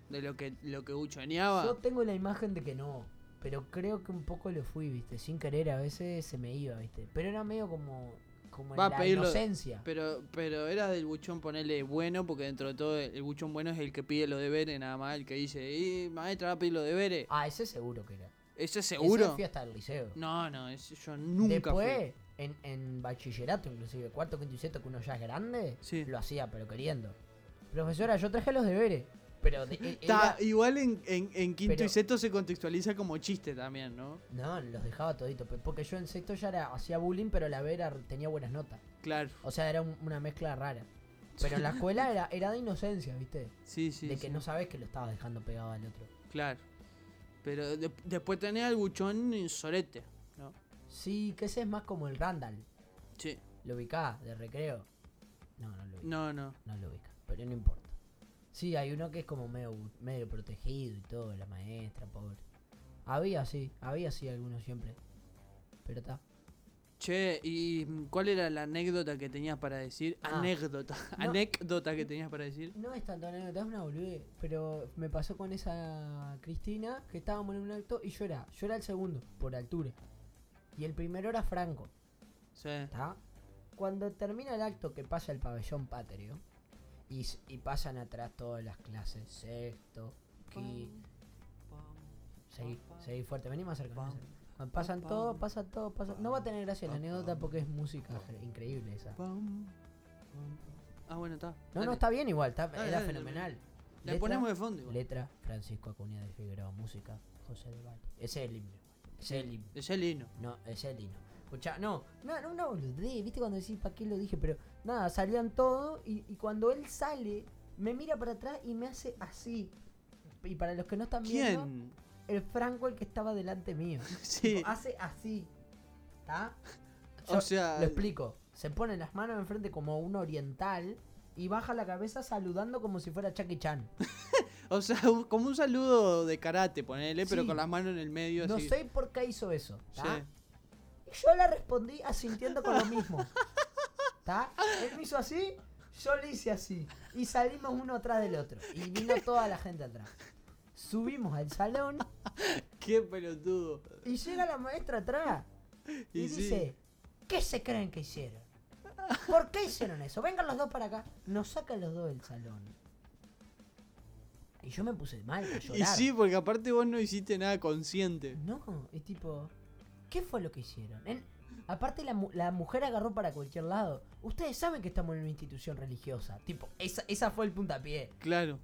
Speaker 2: De lo que lo que
Speaker 1: Yo
Speaker 2: buchoneaba.
Speaker 1: tengo la imagen de que no, pero creo que un poco lo fui, ¿viste? Sin querer, a veces se me iba, ¿viste? Pero era medio como, como en
Speaker 2: Va a
Speaker 1: la
Speaker 2: pedirlo-
Speaker 1: inocencia.
Speaker 2: Pero pero era del buchón ponerle bueno, porque dentro de todo el buchón bueno es el que pide los deberes, nada más, el que dice, "Eh, maestra va a pedir los deberes."
Speaker 1: Ah, ese seguro que era.
Speaker 2: ¿Ese
Speaker 1: Ese
Speaker 2: seguro?
Speaker 1: fui hasta el liceo.
Speaker 2: No, no, ese yo nunca fui.
Speaker 1: Después, en, en bachillerato, inclusive, cuarto, quinto y sexto, que uno ya es grande,
Speaker 2: Sí.
Speaker 1: lo hacía, pero queriendo. Profesora, yo traje los deberes. Pero de- e-
Speaker 2: Ta,
Speaker 1: era-
Speaker 2: igual en, en- en quinto
Speaker 1: Pero-
Speaker 2: y sexto se contextualiza como chiste también, ¿no?
Speaker 1: No, los dejaba todito. pe- Porque yo en sexto ya era, hacía bullying, pero a la vez era- tenía buenas notas.
Speaker 2: Claro,
Speaker 1: O sea, era un- una mezcla rara. Pero en la escuela era, era de inocencia, ¿viste?
Speaker 2: sí, sí.
Speaker 1: de que
Speaker 2: sí,
Speaker 1: no sabes que lo estabas dejando pegado al otro.
Speaker 2: Claro. Pero de- después tenés al buchón insolete, ¿no?
Speaker 1: Sí, que ese es más como el Randall.
Speaker 2: Sí.
Speaker 1: Lo ubicás, de recreo. No, no lo ubicás.
Speaker 2: No, no.
Speaker 1: No lo ubica, pero no importa. Sí, hay uno que es como medio, bu- medio protegido y todo, la maestra, pobre. Había, sí, había, sí, algunos siempre. Pero está.
Speaker 2: Che, ¿y mm, cuál era la anécdota que tenías para decir?
Speaker 1: Ah.
Speaker 2: Anécdota.
Speaker 1: No.
Speaker 2: Anécdota que tenías para decir.
Speaker 1: No es tanto anécdota, es una boludez. Pero me pasó con esa Cristina que estábamos en un acto y yo era, yo era el segundo, por altura. Y el primero era Franco,
Speaker 2: Sí.
Speaker 1: ¿está? Cuando termina el acto que pasa el pabellón patrio y, s- y pasan atrás todas las clases, sexto, quinto. Seguí, seguí fuerte, vení más cerca. vení más cerca. Ah, Pasan
Speaker 2: pam,
Speaker 1: todo, pasa todo, pasa. No va a tener gracia la
Speaker 2: pam,
Speaker 1: anécdota
Speaker 2: pam,
Speaker 1: porque es música je- increíble esa.
Speaker 2: Pam, pam. Ah, bueno, está.
Speaker 1: No,
Speaker 2: Dale.
Speaker 1: no, está bien igual, está,
Speaker 2: Dale,
Speaker 1: era
Speaker 2: dale,
Speaker 1: fenomenal.
Speaker 2: La ponemos de fondo. igual.
Speaker 1: letra, Francisco Acuña de Figueroa, música, José de Valle. Ese es el himno. Ese es el himno.
Speaker 2: Es el himno.
Speaker 1: No, ese es el himno. Escuchá, no, no, no, no, boludez, viste cuando decís para qué lo dije, pero nada, salían todo y, y cuando él sale, me mira para atrás y me hace así. Y para los que no están viendo,
Speaker 2: ¿Quién?
Speaker 1: el Franco el que estaba delante mío.
Speaker 2: Sí.
Speaker 1: Tipo, hace así. ¿Está?
Speaker 2: O sea,
Speaker 1: Lo explico. Se pone las manos enfrente como un oriental y baja la cabeza saludando como si fuera Jackie Chan.
Speaker 2: o sea, un- como un saludo de karate, ponele, pero
Speaker 1: Sí.
Speaker 2: con las manos en el medio
Speaker 1: No
Speaker 2: así.
Speaker 1: sé ah. por qué hizo eso.
Speaker 2: Sí.
Speaker 1: ¿tá? Y yo le respondí asintiendo con lo mismo. ¿Está? Él me hizo así, yo le hice así. Y salimos uno atrás del otro. Y vino toda la gente atrás. Subimos al salón
Speaker 2: Qué pelotudo.
Speaker 1: y llega la maestra atrás. Y,
Speaker 2: Y sí.
Speaker 1: dice, ¿qué se creen que hicieron? ¿Por qué hicieron eso? Vengan los dos para acá. Nos sacan los dos del salón. Y yo me puse mal a llorar.
Speaker 2: Y sí, porque aparte vos no hiciste nada consciente.
Speaker 1: No, es tipo, ¿qué fue lo que hicieron? En- aparte la, mu- la mujer agarró para cualquier lado. Ustedes saben que estamos en una institución religiosa. Tipo, esa, esa fue el puntapié.
Speaker 2: Claro,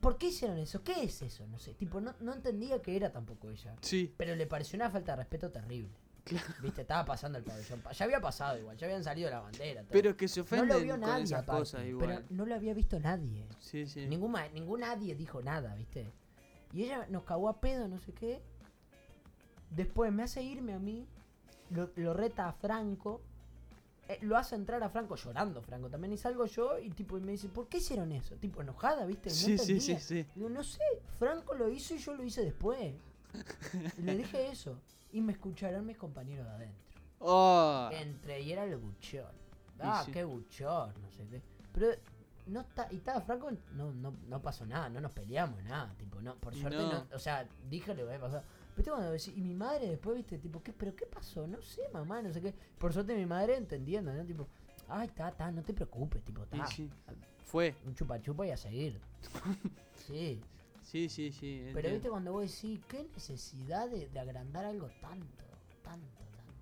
Speaker 1: ¿Por qué hicieron eso? ¿Qué es eso? No sé. Tipo, no, no entendía que era tampoco ella.
Speaker 2: sí.
Speaker 1: Pero le pareció una falta de respeto terrible.
Speaker 2: Claro.
Speaker 1: Viste, estaba pasando el pabellón. pa- Ya había pasado igual, ya habían salido la bandera. todo.
Speaker 2: Pero es que se
Speaker 1: no
Speaker 2: ofenden
Speaker 1: lo vio
Speaker 2: con
Speaker 1: nadie,
Speaker 2: esas
Speaker 1: aparte,
Speaker 2: cosas igual.
Speaker 1: Pero no lo había visto nadie.
Speaker 2: Sí, sí.
Speaker 1: Ningún, ma- ningún nadie dijo nada, ¿viste? Y ella nos cagó a pedo, no sé qué. Después me hace irme a mí. Lo, lo reta a Franco. eh, lo hace entrar a Franco llorando, Franco también. Y salgo yo y tipo y me dice, ¿por qué hicieron eso? Tipo enojada, ¿viste? No
Speaker 2: Sí, sí, sí,
Speaker 1: entendía.
Speaker 2: sí.
Speaker 1: Digo, no sé, Franco lo hizo y yo lo hice después. Le dije eso. Y me escucharon mis compañeros de adentro.
Speaker 2: Oh,
Speaker 1: Entre y era el buchón.
Speaker 2: Y
Speaker 1: Ah,
Speaker 2: sí.
Speaker 1: qué buchón, no sé qué. Pero no está, y estaba Franco, no, no, no pasó nada, no nos peleamos, nada, tipo, no, por suerte no,
Speaker 2: No.
Speaker 1: o sea, dije lo que había pasado. Viste cuando decís, y mi madre después, viste, tipo, ¿qué, pero qué pasó? No sé, mamá, no sé qué. Por suerte mi madre entendiendo, ¿no? Tipo, ay, está, está, no te preocupes, tipo,
Speaker 2: y
Speaker 1: está.
Speaker 2: sí. Fue.
Speaker 1: Un chupa chupa y a seguir. sí.
Speaker 2: Sí, sí, sí.
Speaker 1: Pero
Speaker 2: entiendo.
Speaker 1: viste cuando vos decís, qué necesidad de, de agrandar algo tanto, tanto, tanto.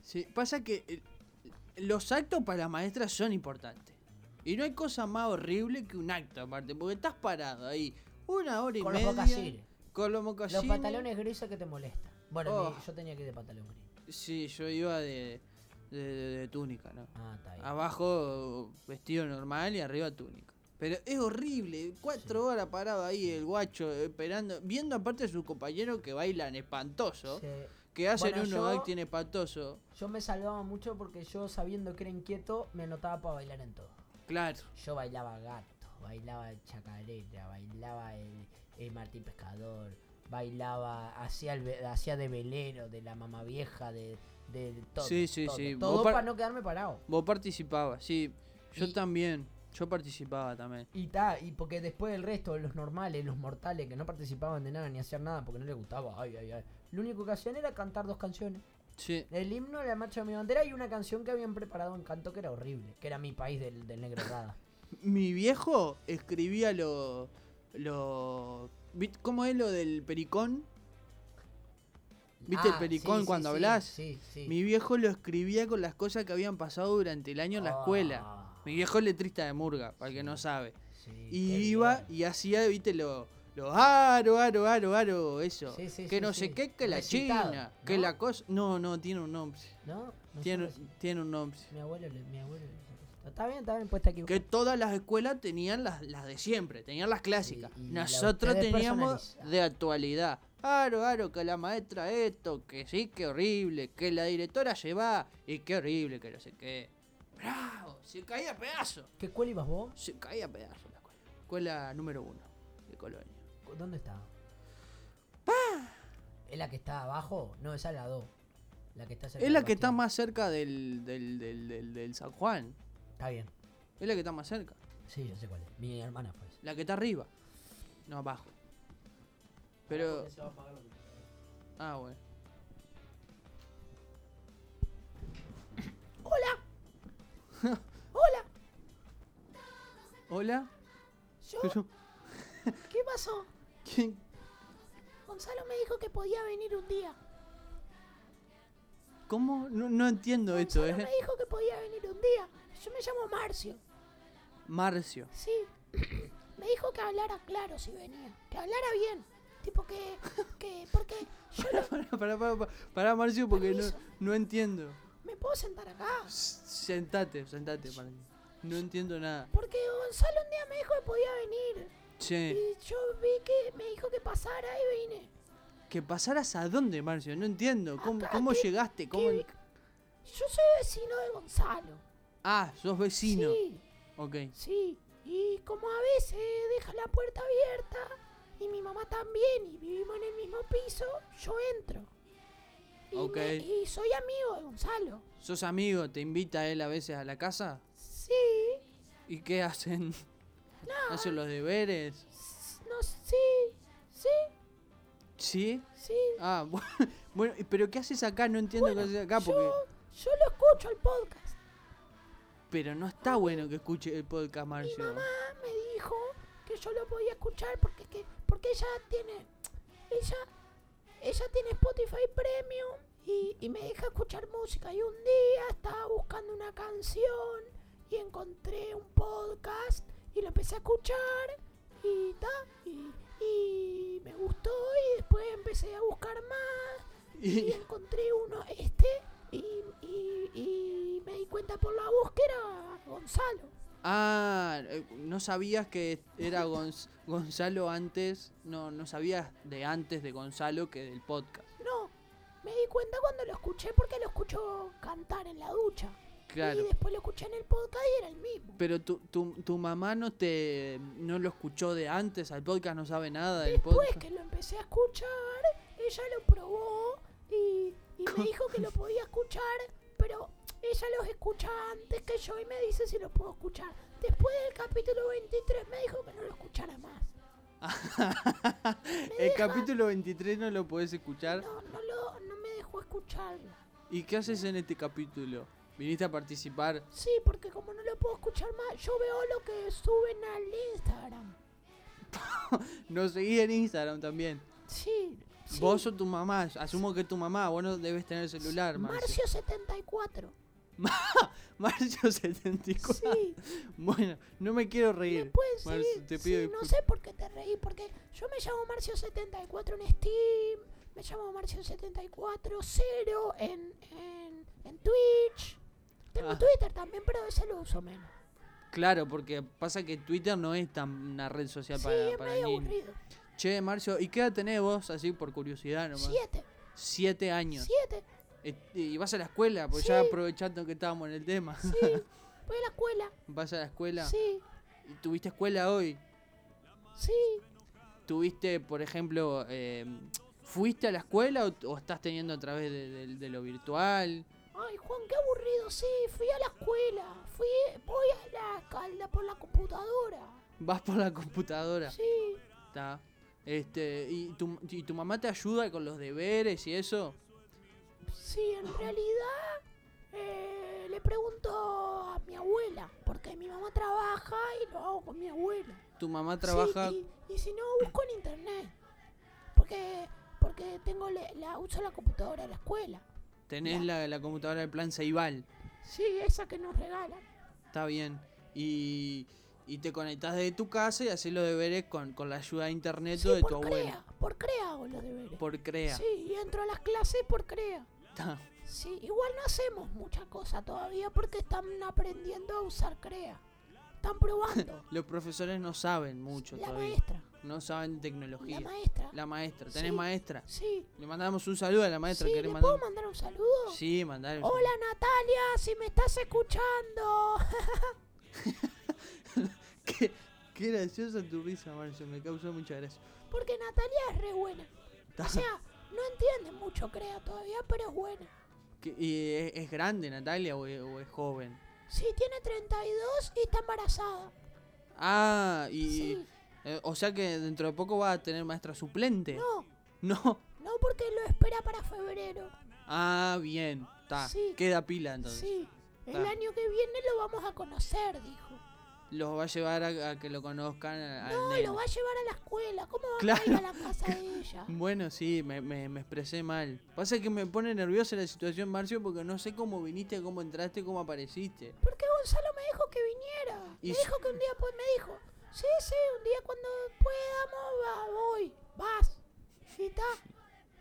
Speaker 2: Sí, pasa que eh, los actos para las maestras son importantes. Y no hay cosa más horrible que un acto aparte, porque estás parado ahí una hora y
Speaker 1: Con los
Speaker 2: media.
Speaker 1: mocasines.
Speaker 2: con los
Speaker 1: Los
Speaker 2: mocasines.
Speaker 1: pantalones grises que te molestan. Bueno,
Speaker 2: Oh.
Speaker 1: mi- yo tenía que ir de pantalón gris.
Speaker 2: Sí, yo iba de, de, de- de túnica, ¿no?
Speaker 1: Ah, está bien.
Speaker 2: Abajo vestido normal y arriba túnica. Pero es horrible, cuatro horas parado ahí el guacho, esperando, viendo aparte a sus compañeros que bailan espantoso.
Speaker 1: Se-
Speaker 2: que hacen
Speaker 1: Bueno,
Speaker 2: uno
Speaker 1: yo-
Speaker 2: acting espantoso.
Speaker 1: Yo me salvaba mucho porque yo sabiendo que era inquieto me anotaba para bailar en todo.
Speaker 2: Claro.
Speaker 1: Yo bailaba gato, bailaba chacarera, bailaba el, el Martín Pescador, bailaba, hacía, el ve- hacía de velero, de la mamá vieja, de, de, de todo.
Speaker 2: Sí, sí,
Speaker 1: todo,
Speaker 2: sí.
Speaker 1: Todo
Speaker 2: Vos par-
Speaker 1: para no quedarme parado.
Speaker 2: Vos participabas, sí. Yo
Speaker 1: Y-
Speaker 2: también. Yo participaba también.
Speaker 1: Y ta, y porque después el resto, los normales, los mortales, que no participaban de nada ni hacían nada porque no les gustaba, ay, ay, ay. Lo único que hacían era cantar dos canciones.
Speaker 2: Sí.
Speaker 1: El himno, la marcha de mi bandera y una canción que habían preparado en canto que era horrible, que era mi país del, del negro Rada.
Speaker 2: Mi viejo escribía lo. lo. ¿vit- ¿Cómo es lo del pericón? ¿Viste el pericón cuando hablas?
Speaker 1: Ah, Sí, sí.
Speaker 2: Mi viejo lo escribía con las cosas que habían pasado durante el año en la escuela.
Speaker 1: Ah,
Speaker 2: Mi viejo es letrista de murga, para el que
Speaker 1: Sí.
Speaker 2: no sabe.
Speaker 1: sí,
Speaker 2: Y
Speaker 1: qué
Speaker 2: iba
Speaker 1: bien.
Speaker 2: y hacía, viste, lo. Lo aro, aro, aro, aro, eso.
Speaker 1: Sí, sí,
Speaker 2: que
Speaker 1: sí,
Speaker 2: no
Speaker 1: sí.
Speaker 2: sé qué, que la
Speaker 1: Recitado,
Speaker 2: China,
Speaker 1: ¿no?
Speaker 2: que la cosa. No, no, tiene un nombre.
Speaker 1: ¿No? No
Speaker 2: Tiene,
Speaker 1: sé,
Speaker 2: tiene un nombre.
Speaker 1: Mi abuelo, le- mi abuelo. le- Está bien, está bien, pues está
Speaker 2: que
Speaker 1: equivocado.
Speaker 2: todas las escuelas tenían las, las de siempre, tenían las clásicas.
Speaker 1: Y- y la-
Speaker 2: Nosotros
Speaker 1: ustedes
Speaker 2: teníamos
Speaker 1: personalizadas.
Speaker 2: de actualidad. Aro, aro, que la maestra esto, que sí, que horrible, que la directora lleva y qué horrible, que no sé qué. ¡Bravo! Se caía a pedazos.
Speaker 1: ¿Qué cuál ibas vos?
Speaker 2: Se caía a pedazos la escuela. Escuela número uno de Colonia.
Speaker 1: ¿Cu- ¿Dónde estaba? ¿Es la que está abajo? No, esa es la 2. La que está cerca
Speaker 2: Es la
Speaker 1: del
Speaker 2: que está
Speaker 1: bastión.
Speaker 2: más cerca del, del, del, del, del San Juan.
Speaker 1: Está bien.
Speaker 2: Es la que está más cerca.
Speaker 1: Sí, yo sé cuál es. Mi hermana pues. fue esa.
Speaker 2: La que está arriba. No, abajo. Pero... Ah, bueno.
Speaker 1: ¡Hola!
Speaker 2: Hola.
Speaker 1: ¿Yo?
Speaker 2: Yo-
Speaker 1: ¿Qué pasó?
Speaker 2: ¿Quién?
Speaker 1: Gonzalo me dijo que podía venir un día.
Speaker 2: ¿Cómo? No, no entiendo esto,
Speaker 1: Gonzalo
Speaker 2: ¿eh?
Speaker 1: me dijo que podía venir un día. Yo me llamo Marcio.
Speaker 2: Marcio.
Speaker 3: Sí. Me dijo que hablara claro si venía. Que hablara bien. Tipo que. que porque yo no-
Speaker 2: Pará, pará, pará, pará, pará, Marcio, porque no,
Speaker 3: Permiso.
Speaker 2: no entiendo.
Speaker 3: me puedo sentar acá.
Speaker 2: S- Sentate, sentate, Marcio. No entiendo nada.
Speaker 3: Porque Gonzalo un día me dijo que podía venir.
Speaker 2: Che,
Speaker 3: Y yo vi que me dijo que pasara y vine.
Speaker 2: ¿que pasaras a dónde, Marcio? No entiendo. ¿Cómo,
Speaker 3: Acá,
Speaker 2: cómo
Speaker 3: ¿qué-
Speaker 2: llegaste? ¿Cómo...
Speaker 3: Que- Yo soy vecino de Gonzalo.
Speaker 2: Ah, sos vecino.
Speaker 3: Sí,
Speaker 2: Ok.
Speaker 3: sí. Y como a veces deja la puerta abierta y mi mamá también y vivimos en el mismo piso, yo entro. Y, me-
Speaker 2: Ok.
Speaker 3: y soy amigo de Gonzalo.
Speaker 2: ¿Sos amigo? ¿Te invita él a veces a la casa?
Speaker 3: Sí.
Speaker 2: ¿Y qué hacen? ¿Hacen los deberes?
Speaker 3: S- No, sí, sí,
Speaker 2: ¿Sí?
Speaker 3: sí.
Speaker 2: Ah, bu- bueno, pero ¿qué haces acá? No entiendo qué haces acá porque...
Speaker 3: Yo, yo lo escucho el podcast.
Speaker 2: Pero no está bueno que escuche el podcast,
Speaker 3: Mi
Speaker 2: Marcio.
Speaker 3: mamá me dijo que yo lo podía escuchar porque que, porque ella tiene ella ella tiene Spotify Premium y, y me deja escuchar música y un día estaba buscando una canción y encontré un podcast y lo empecé a escuchar y ta y, y me gustó y después empecé a buscar más y
Speaker 2: Y-
Speaker 3: encontré uno este y, y- y me di cuenta por la voz que era Gonzalo.
Speaker 2: ah, eh, no sabías que era Gonz- Gonzalo antes. No, no sabías de antes de Gonzalo que del podcast.
Speaker 3: No, me di cuenta cuando lo escuché porque lo escucho cantar en la ducha. Y
Speaker 2: Claro.
Speaker 3: después lo escuché en el podcast y era el mismo.
Speaker 2: Pero tu, tu, tu mamá no te no lo escuchó de antes al podcast, no sabe nada del
Speaker 3: Después
Speaker 2: Ah, podcast.
Speaker 3: que lo empecé a escuchar, ella lo probó y, y me dijo que lo podía escuchar, pero ella los escucha antes que yo y me dice si lo puedo escuchar. Después del capítulo 23 me dijo que no lo escuchara más.
Speaker 2: el capítulo 23 no lo podés escuchar.
Speaker 3: No, no, lo, no me dejó escucharlo.
Speaker 2: ¿Y qué haces en este capítulo? ¿Viniste a participar?
Speaker 3: Sí, porque como no lo puedo escuchar más, yo veo lo que suben al Instagram.
Speaker 2: Nos seguís en Instagram también.
Speaker 3: Sí. sí.
Speaker 2: Vos o tu mamá, asumo que tu mamá, vos no debes tener celular, Marcio.
Speaker 3: Marcio74.
Speaker 2: Marcio 74.
Speaker 3: Sí.
Speaker 2: Bueno, no me quiero
Speaker 3: Me
Speaker 2: reír.
Speaker 3: pueden
Speaker 2: Marcio,
Speaker 3: seguir.
Speaker 2: te pido
Speaker 3: sí, no
Speaker 2: disculpas.
Speaker 3: sé por qué te reí, porque yo me llamo Marcio74 en Steam, me llamo Marcio74 en, en, en Twitch. Tengo
Speaker 2: Ah.
Speaker 3: Twitter también, pero ese lo uso menos.
Speaker 2: Claro, porque pasa que Twitter no es tan una red social
Speaker 3: Sí,
Speaker 2: para,
Speaker 3: es
Speaker 2: para
Speaker 3: medio
Speaker 2: niños.
Speaker 3: aburrido.
Speaker 2: Che, Marcio, ¿y qué edad tenés vos, así por curiosidad nomás?
Speaker 3: Siete.
Speaker 2: Siete años.
Speaker 3: Siete.
Speaker 2: Eh, Y vas a la escuela, porque
Speaker 3: Sí.
Speaker 2: ya aprovechando que estábamos en el tema.
Speaker 3: Sí. Voy a la escuela.
Speaker 2: Vas a la escuela.
Speaker 3: Sí.
Speaker 2: y Tuviste escuela hoy.
Speaker 3: Sí.
Speaker 2: Tuviste, por ejemplo, eh, ¿fuiste a la escuela o, o estás teniendo a través de, de- de lo virtual?
Speaker 3: Ay, Juan, qué aburrido. Sí, fui a la escuela. Fui, voy a la calda por la computadora.
Speaker 2: Vas por la computadora.
Speaker 3: Sí.
Speaker 2: Está. Este, ¿y tu, ¿Y tu mamá te ayuda con los deberes y eso?
Speaker 3: Sí, en realidad eh, le pregunto a mi abuela, porque mi mamá trabaja y lo hago con mi abuela.
Speaker 2: ¿Tu mamá trabaja?
Speaker 3: Sí, y, y si no, busco en internet. Porque, porque tengo le- la, uso la computadora de la escuela.
Speaker 2: ¿Tenés la, la computadora del plan Ceibal?
Speaker 3: Sí, esa que nos regalan.
Speaker 2: Está bien. Y, y te conectás desde tu casa y haces los deberes con, con la ayuda de internet o
Speaker 3: Sí,
Speaker 2: de tu
Speaker 3: por
Speaker 2: abuela.
Speaker 3: CREA, por CREA hago los deberes.
Speaker 2: Por CREA.
Speaker 3: Sí, y entro a las clases por CREA.
Speaker 2: Está.
Speaker 3: Sí, igual no hacemos mucha cosa todavía porque están aprendiendo a usar CREA. Están probando.
Speaker 2: Los profesores no saben mucho
Speaker 3: la
Speaker 2: todavía.
Speaker 3: maestra,
Speaker 2: No saben
Speaker 3: la
Speaker 2: tecnología.
Speaker 3: maestra.
Speaker 2: La maestra. ¿Tenés
Speaker 3: Sí.
Speaker 2: maestra?
Speaker 3: Sí,
Speaker 2: Le mandamos un saludo a la maestra.
Speaker 3: sí, ¿le
Speaker 2: ¿Querés
Speaker 3: puedo
Speaker 2: mandar?
Speaker 3: mandar un saludo?
Speaker 2: Sí, mandar.
Speaker 3: Hola Natalia, si me estás escuchando.
Speaker 2: qué, qué graciosa tu risa, Marcio. Me causó mucha gracia.
Speaker 3: Porque Natalia es re buena.
Speaker 2: Está.
Speaker 3: O sea, no entiende mucho, creo, todavía, pero es buena.
Speaker 2: ¿Qué- y es, es grande Natalia o es, o es joven?
Speaker 3: Sí, tiene 32 y está embarazada.
Speaker 2: Ah, y.
Speaker 3: Sí.
Speaker 2: eh, o sea que dentro de poco va a tener maestra suplente.
Speaker 3: No,
Speaker 2: No.
Speaker 3: no porque lo espera para febrero.
Speaker 2: Ah, bien. Está.
Speaker 3: Sí.
Speaker 2: Queda pila entonces.
Speaker 3: Sí, el
Speaker 2: Ah.
Speaker 3: año que viene lo vamos a conocer, dijo.
Speaker 2: Los va a llevar a, a que lo conozcan a- al
Speaker 3: No,
Speaker 2: nene.
Speaker 3: lo va a llevar a la escuela. ¿Cómo va a
Speaker 2: Claro.
Speaker 3: ir a la casa de ella?
Speaker 2: Bueno, sí, me, me- me expresé mal. Pasa que me pone nerviosa la situación, Marcio, porque no sé cómo viniste, cómo entraste, cómo apareciste.
Speaker 3: Porque Gonzalo me dijo que viniera.
Speaker 2: Y
Speaker 3: me
Speaker 2: s-
Speaker 3: dijo que un día pues me dijo, sí, sí, un día cuando podamos va, voy, vas. Y está.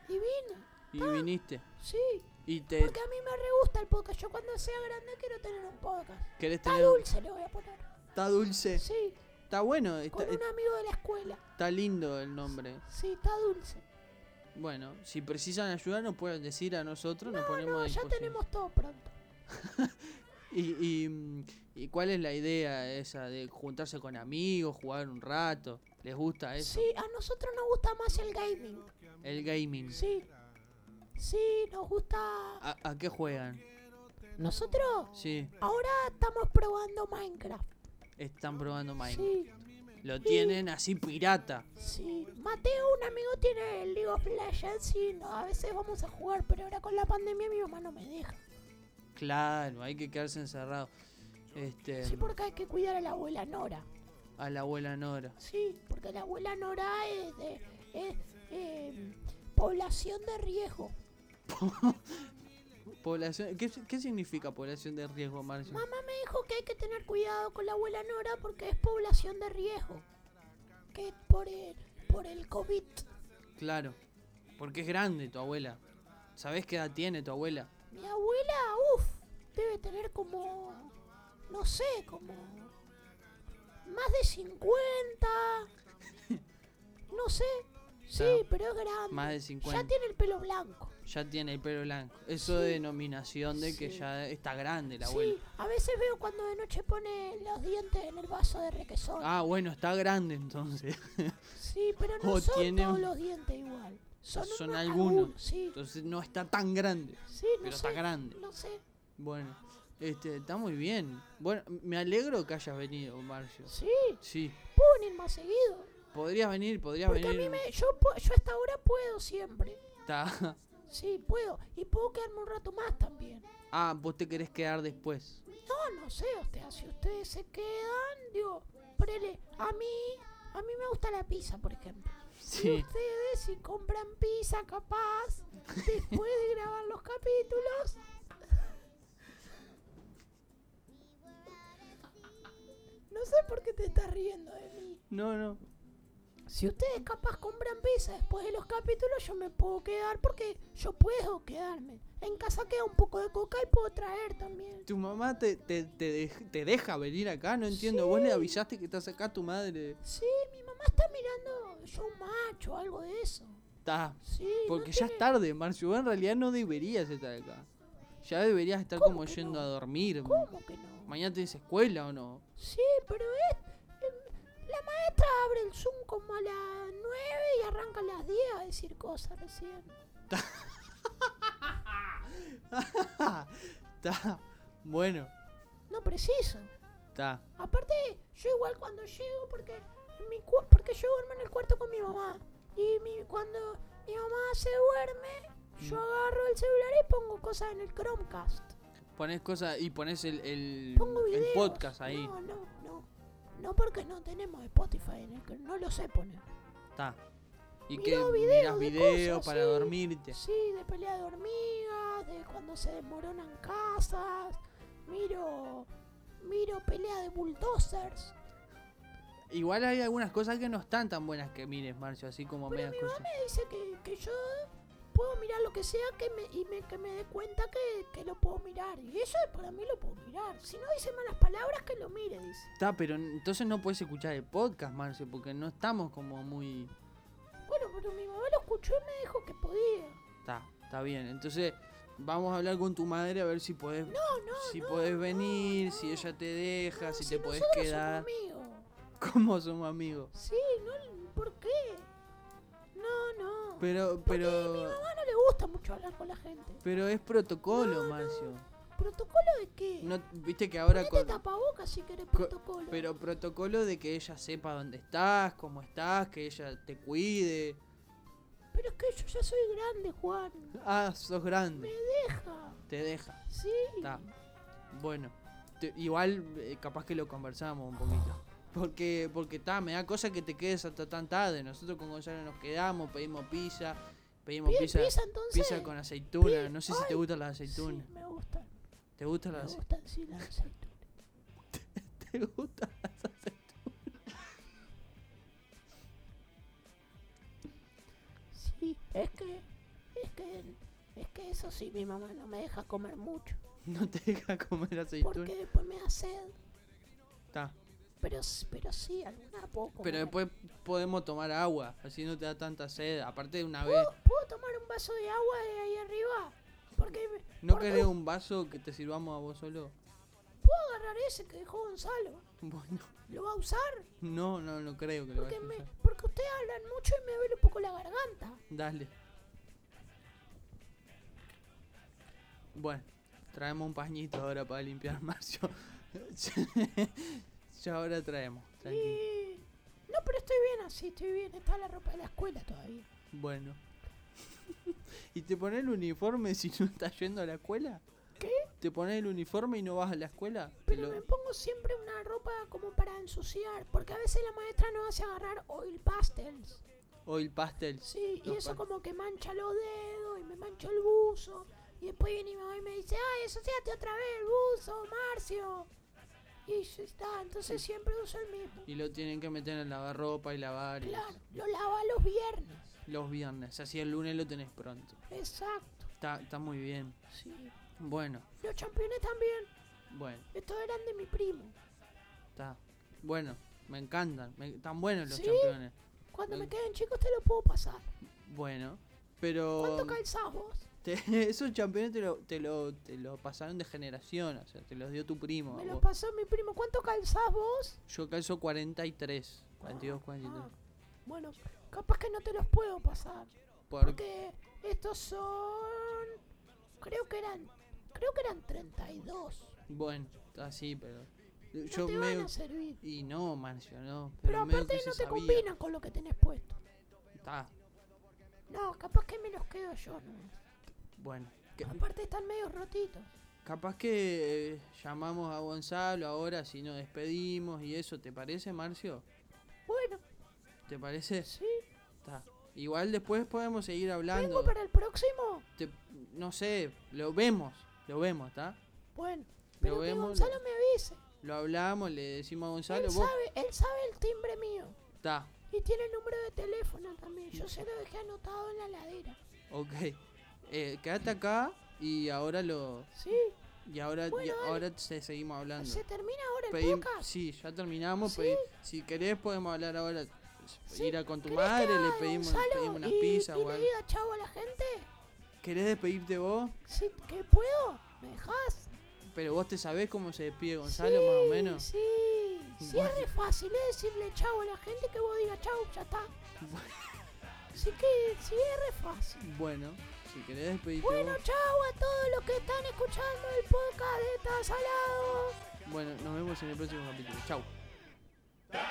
Speaker 3: Y vine.
Speaker 2: Y viniste.
Speaker 3: Sí.
Speaker 2: Y te
Speaker 3: Ah. Porque a mí me re gusta el podcast. Yo cuando sea grande quiero tener un podcast.
Speaker 2: querés
Speaker 3: Está
Speaker 2: tener.
Speaker 3: dulce le voy a poner.
Speaker 2: Está dulce.
Speaker 3: Sí.
Speaker 2: Está bueno, Eh, está, eh,
Speaker 3: Con un amigo de la escuela.
Speaker 2: está lindo el nombre.
Speaker 3: Sí, está dulce.
Speaker 2: Bueno, si precisan ayuda nos pueden decir a nosotros, nos ponemos
Speaker 3: No,
Speaker 2: a
Speaker 3: ya
Speaker 2: disposición.
Speaker 3: tenemos todo pronto.
Speaker 2: Y, y, mm, ¿y cuál es la idea esa de juntarse con amigos, jugar un rato? ¿Les gusta eso?
Speaker 3: Sí, a nosotros nos gusta más el gaming.
Speaker 2: El gaming.
Speaker 3: Sí. Sí, nos gusta.
Speaker 2: ¿A, a qué juegan?
Speaker 3: Nosotros
Speaker 2: Sí,
Speaker 3: ahora estamos probando Minecraft.
Speaker 2: están probando Minecraft.
Speaker 3: Sí,
Speaker 2: Lo tienen así pirata.
Speaker 3: sí. Mateo, un amigo, tiene el League of Legends y no, a veces vamos a jugar, pero ahora con la pandemia mi mamá no me deja.
Speaker 2: Claro, hay que quedarse encerrado. Este,
Speaker 3: Sí, porque hay que cuidar a la abuela Nora.
Speaker 2: a la abuela Nora.
Speaker 3: Sí, porque la abuela Nora es de es, eh, población de riesgo.
Speaker 2: Población, ¿qué, qué significa población de riesgo, Marcio?
Speaker 3: Mamá me dijo que hay que tener cuidado con la abuela Nora porque es población de riesgo. Que es por el, por el COVID.
Speaker 2: Claro, porque es grande tu abuela. ¿Sabés qué edad tiene tu abuela?
Speaker 3: Mi abuela, uff, debe tener como, no sé, como más de 50. No sé. Sí,
Speaker 2: Ya,
Speaker 3: pero es grande.
Speaker 2: Más de 50.
Speaker 3: Ya tiene el pelo blanco.
Speaker 2: Ya tiene el pelo blanco. Eso de denominación de que
Speaker 3: Sí.
Speaker 2: ya está grande la abuela.
Speaker 3: Sí, a veces veo cuando de noche pone los dientes en el vaso de requesón.
Speaker 2: Ah, bueno, está grande entonces.
Speaker 3: Sí, pero no
Speaker 2: O
Speaker 3: son
Speaker 2: Oh, tiene
Speaker 3: todos
Speaker 2: un-
Speaker 3: los dientes igual. Son,
Speaker 2: Son
Speaker 3: unos-
Speaker 2: algunos.
Speaker 3: Sí,
Speaker 2: Entonces no está tan grande.
Speaker 3: sí, no
Speaker 2: Pero
Speaker 3: sé.
Speaker 2: está grande.
Speaker 3: No sé.
Speaker 2: Bueno, este, está muy bien. Bueno, me alegro que hayas venido, Marcio.
Speaker 3: Sí,
Speaker 2: Sí,
Speaker 3: pueden ir más seguido.
Speaker 2: podrías venir, podrías
Speaker 3: Porque a
Speaker 2: venir.
Speaker 3: mí me. Yo, pu- yo hasta ahora puedo siempre.
Speaker 2: Está.
Speaker 3: Sí, puedo. Y puedo quedarme un rato más también.
Speaker 2: Ah, vos te querés quedar después.
Speaker 3: No, no sé, o sea, si ustedes se quedan, digo, ponele, a mí, a mí me gusta la pizza, por ejemplo. Y
Speaker 2: Sí.
Speaker 3: ustedes si compran pizza, capaz, después de grabar los capítulos, no sé por qué te estás riendo de mí.
Speaker 2: No, no.
Speaker 3: Si ustedes capaz compran pizza después de los capítulos, yo me puedo quedar porque yo puedo quedarme. En casa queda un poco de coca y puedo traer también.
Speaker 2: Tu mamá te, te, te, dej- te deja venir acá, no entiendo. Vos le avisaste que estás acá a tu madre.
Speaker 3: Sí, mi mamá está mirando yo un macho, algo de eso.
Speaker 2: está.
Speaker 3: Sí,
Speaker 2: Porque
Speaker 3: no
Speaker 2: ya
Speaker 3: tiene-
Speaker 2: es tarde, Marcio. vos en realidad no deberías estar acá. Ya deberías estar
Speaker 3: ¿Cómo
Speaker 2: como
Speaker 3: que
Speaker 2: yendo a
Speaker 3: no?
Speaker 2: dormir.
Speaker 3: ¿Cómo que no?
Speaker 2: Mañana tenés escuela o no.
Speaker 3: Sí, pero es. em, La maestra abre el Zoom como a las 9 y arranca a las 10 a decir cosas recién.
Speaker 2: Está. Bueno,
Speaker 3: No preciso.
Speaker 2: está.
Speaker 3: Aparte, yo igual cuando llego, porque, en mi cua- porque yo duermo en el cuarto con mi mamá. Y mi, cuando mi mamá se duerme,
Speaker 2: Mm.
Speaker 3: yo agarro el celular y pongo cosas en el Chromecast.
Speaker 2: Pones cosas y pones el, el,
Speaker 3: Pongo
Speaker 2: el
Speaker 3: videos.
Speaker 2: podcast ahí.
Speaker 3: No, no, no. No porque no tenemos Spotify, en el cr- no lo sé poner.
Speaker 2: Está. Y
Speaker 3: Miro
Speaker 2: que miras
Speaker 3: videos de
Speaker 2: videos
Speaker 3: cosas,
Speaker 2: para
Speaker 3: sí.
Speaker 2: dormirte.
Speaker 3: Sí, de pelea de hormigas, de cuando se desmoronan casas. Miro. Miro pelea de bulldozers.
Speaker 2: Igual hay algunas cosas que no están tan buenas que mires, Marcio, así como
Speaker 3: Pero
Speaker 2: medias
Speaker 3: mi
Speaker 2: cosas.
Speaker 3: mamá me dice que, que yo puedo mirar lo que sea que me, y me- que me dé cuenta que, que lo puedo mirar. Y eso para mí lo puedo mirar. Si no dice malas palabras, que lo mire, dice.
Speaker 2: Está, pero n- entonces no puedes escuchar el podcast, Marcio, porque no estamos como muy.
Speaker 3: Bueno, pero mi mamá lo escuchó y me dijo que podía.
Speaker 2: Está, está bien. Entonces vamos a hablar con tu madre a ver si podés,
Speaker 3: No, no,
Speaker 2: si
Speaker 3: no,
Speaker 2: podés
Speaker 3: no,
Speaker 2: venir, si
Speaker 3: no.
Speaker 2: ella te deja,
Speaker 3: No,
Speaker 2: si,
Speaker 3: si
Speaker 2: te podés
Speaker 3: nosotros
Speaker 2: quedar.
Speaker 3: somos amigos.
Speaker 2: Como somos amigos.
Speaker 3: Sí, no, ¿por qué? No, no.
Speaker 2: Pero,
Speaker 3: Porque a mi
Speaker 2: pero,
Speaker 3: mamá no le gusta mucho hablar con la gente.
Speaker 2: pero es protocolo,
Speaker 3: No, no.
Speaker 2: Marcio.
Speaker 3: ¿Protocolo de qué?
Speaker 2: No, viste que ahora
Speaker 3: Ponete
Speaker 2: con,
Speaker 3: tapabocas si querés
Speaker 2: con-
Speaker 3: protocolo.
Speaker 2: pero protocolo de que ella sepa dónde estás, cómo estás, que ella te cuide.
Speaker 3: Pero es que yo ya soy grande, Juan.
Speaker 2: Ah, sos
Speaker 3: Me
Speaker 2: grande,
Speaker 3: deja.
Speaker 2: te deja.
Speaker 3: Sí.
Speaker 2: Está. Bueno, te- igual eh, capaz que lo conversamos un poquito. Porque, porque está, me da cosa que te quedes hasta tan tarde. Nosotros con Gonzalo nos quedamos, pedimos pizza, pedimos
Speaker 3: Pide
Speaker 2: pizza,
Speaker 3: pizza, entonces.
Speaker 2: pizza con aceituna.
Speaker 3: Pi-
Speaker 2: no sé si te
Speaker 3: ay,
Speaker 2: gustan las
Speaker 3: Sí,
Speaker 2: aceitunas.
Speaker 3: me gustan.
Speaker 2: ¿Te gustan
Speaker 3: Me
Speaker 2: las aceitunas?
Speaker 3: gustan, sí, las aceitunas.
Speaker 2: ¿Te gustan las aceitunas?
Speaker 3: Sí, es que. Es que. Es que eso sí, mi mamá no me deja comer mucho.
Speaker 2: No te deja comer aceituna.
Speaker 3: Porque después me da sed.
Speaker 2: Está.
Speaker 3: Pero, s- pero sí, alguna poco.
Speaker 2: Pero después podemos tomar agua, así no te da tanta sed. Aparte de una vez,
Speaker 3: ¿Puedo, puedo tomar un vaso de agua de ahí arriba? Porque me-
Speaker 2: ¿no
Speaker 3: porque
Speaker 2: querés un vaso que te sirvamos a vos solo?
Speaker 3: puedo agarrar ese que dejó Gonzalo.
Speaker 2: Bueno,
Speaker 3: ¿Lo va a usar?
Speaker 2: no, no, no creo que lo
Speaker 3: Porque,
Speaker 2: vayas a
Speaker 3: me,
Speaker 2: usar.
Speaker 3: porque ustedes hablan mucho y me duele un poco la garganta.
Speaker 2: Dale. Bueno, traemos un pañito ahora para limpiar Marcio. ya ahora traemos, tranquilo.
Speaker 3: Y... No, pero estoy bien así, estoy bien. Está la ropa de la escuela todavía.
Speaker 2: Bueno. ¿Y te pones el uniforme si no estás yendo a la escuela?
Speaker 3: ¿Qué?
Speaker 2: ¿Te pones el uniforme y no vas a la escuela? Te
Speaker 3: Pero
Speaker 2: lo-
Speaker 3: me pongo siempre una ropa como para ensuciar. Porque a veces la maestra nos hace agarrar oil pastels.
Speaker 2: O el pastel.
Speaker 3: Sí, y
Speaker 2: Los
Speaker 3: eso
Speaker 2: pan-
Speaker 3: como que mancha los dedos y me mancho el buzo. Y después viene mi mamá y me dice, ay, ensuciate otra vez el buzo, Marcio. Y ya está, entonces siempre uso el mismo.
Speaker 2: Y lo tienen que meter en lavarropa y lavar y
Speaker 3: Claro, lo lava los viernes.
Speaker 2: los viernes. Así el lunes lo tenés pronto.
Speaker 3: Exacto,
Speaker 2: Está, está muy bien.
Speaker 3: sí.
Speaker 2: Bueno,
Speaker 3: Los championes también,
Speaker 2: bueno,
Speaker 3: estos eran de mi primo.
Speaker 2: está. Bueno, me encantan. me- están buenos los
Speaker 3: ¿Sí?
Speaker 2: campeones.
Speaker 3: Cuando me
Speaker 2: Mm.
Speaker 3: queden chicos te lo puedo pasar.
Speaker 2: Bueno, pero.
Speaker 3: ¿Cuánto calzás vos?
Speaker 2: te- esos campeones te lo, te, lo, te lo pasaron de generación. O sea, te los dio tu primo. a
Speaker 3: Me lo
Speaker 2: vos.
Speaker 3: pasó mi primo. ¿Cuánto calzás vos?
Speaker 2: Yo calzo 43. 42, 43.
Speaker 3: Ah, bueno, capaz que no te los puedo pasar.
Speaker 2: Por-
Speaker 3: Porque estos son. Creo que eran. Creo que eran 32.
Speaker 2: Bueno, así, pero.
Speaker 3: No
Speaker 2: Yo
Speaker 3: te van
Speaker 2: medio.
Speaker 3: a servir.
Speaker 2: Y no, Marcio, no.
Speaker 3: Pero
Speaker 2: Pero, medio
Speaker 3: aparte
Speaker 2: que se
Speaker 3: no te
Speaker 2: sabía.
Speaker 3: combinan con lo que tenés puesto.
Speaker 2: Está,
Speaker 3: No, capaz que me los quedo yo, ¿no?
Speaker 2: bueno. que-
Speaker 3: Aparte están medio rotitos.
Speaker 2: Capaz que eh, llamamos a Gonzalo ahora si nos despedimos y eso, ¿te parece, Marcio?
Speaker 3: Bueno,
Speaker 2: ¿Te parece?
Speaker 3: sí.
Speaker 2: Ta. Igual después podemos seguir hablando.
Speaker 3: ¿Vengo para el próximo?
Speaker 2: Te- no sé, lo vemos, lo vemos, ¿está?
Speaker 3: Bueno. Pero que
Speaker 2: vemos,
Speaker 3: Gonzalo me avise.
Speaker 2: Lo hablamos, le decimos a Gonzalo,
Speaker 3: Él
Speaker 2: vos,
Speaker 3: sabe, él sabe el timbre mío.
Speaker 2: está,
Speaker 3: Y tiene el número de teléfono también.
Speaker 2: Mm.
Speaker 3: Yo se lo dejé anotado en la ladera.
Speaker 2: ok. Eh, quédate acá y ahora lo,
Speaker 3: Sí.
Speaker 2: y ahora, y
Speaker 3: Bueno, dale.
Speaker 2: ahora se seguimos hablando.
Speaker 3: ¿Se termina ahora el
Speaker 2: Pedim-
Speaker 3: podcast?
Speaker 2: sí, ya terminamos.
Speaker 3: Sí.
Speaker 2: pedi- si querés podemos hablar ahora ir a con tu
Speaker 3: ¿Querés que
Speaker 2: madre, le
Speaker 3: haga,
Speaker 2: pedimos,
Speaker 3: Gonzalo?
Speaker 2: pedimos unas
Speaker 3: y,
Speaker 2: pizzas
Speaker 3: y
Speaker 2: o
Speaker 3: le
Speaker 2: algo.
Speaker 3: diga chavo a la gente?
Speaker 2: ¿Querés despedirte vos?
Speaker 3: Sí, ¿qué puedo? ¿Me dejás?
Speaker 2: Pero vos te sabés cómo se despide Gonzalo, más o
Speaker 3: Sí,
Speaker 2: menos.
Speaker 3: Sí, sí,
Speaker 2: Bueno.
Speaker 3: es re fácil es decirle chavo a la gente que vos digas chavo, ya está. Así que sí, es re fácil.
Speaker 2: Bueno, si querés despedirte
Speaker 3: Bueno,
Speaker 2: vos.
Speaker 3: chau a todos los que están escuchando el podcast de Tazalado.
Speaker 2: Bueno, nos vemos en el próximo capítulo. Chau. Sí,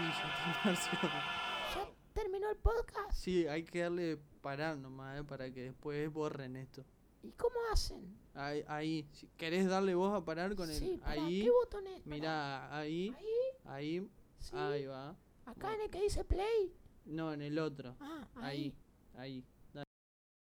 Speaker 2: ya está, Marcio.
Speaker 3: Ya terminó el podcast.
Speaker 2: Sí, hay que darle parar nomás eh, para que después borren esto.
Speaker 3: ¿Y cómo hacen?
Speaker 2: Ahí, ahí. Si querés darle vos a parar con el.
Speaker 3: sí, pará,
Speaker 2: ahí.
Speaker 3: ¿qué botón es?
Speaker 2: Mirá, ahí,
Speaker 3: Pará, Ahí,
Speaker 2: ahí,
Speaker 3: sí.
Speaker 2: ahí va.
Speaker 3: Acá en el que dice play.
Speaker 2: No, en el otro.
Speaker 3: Ah, ahí.
Speaker 2: Ahí, ahí.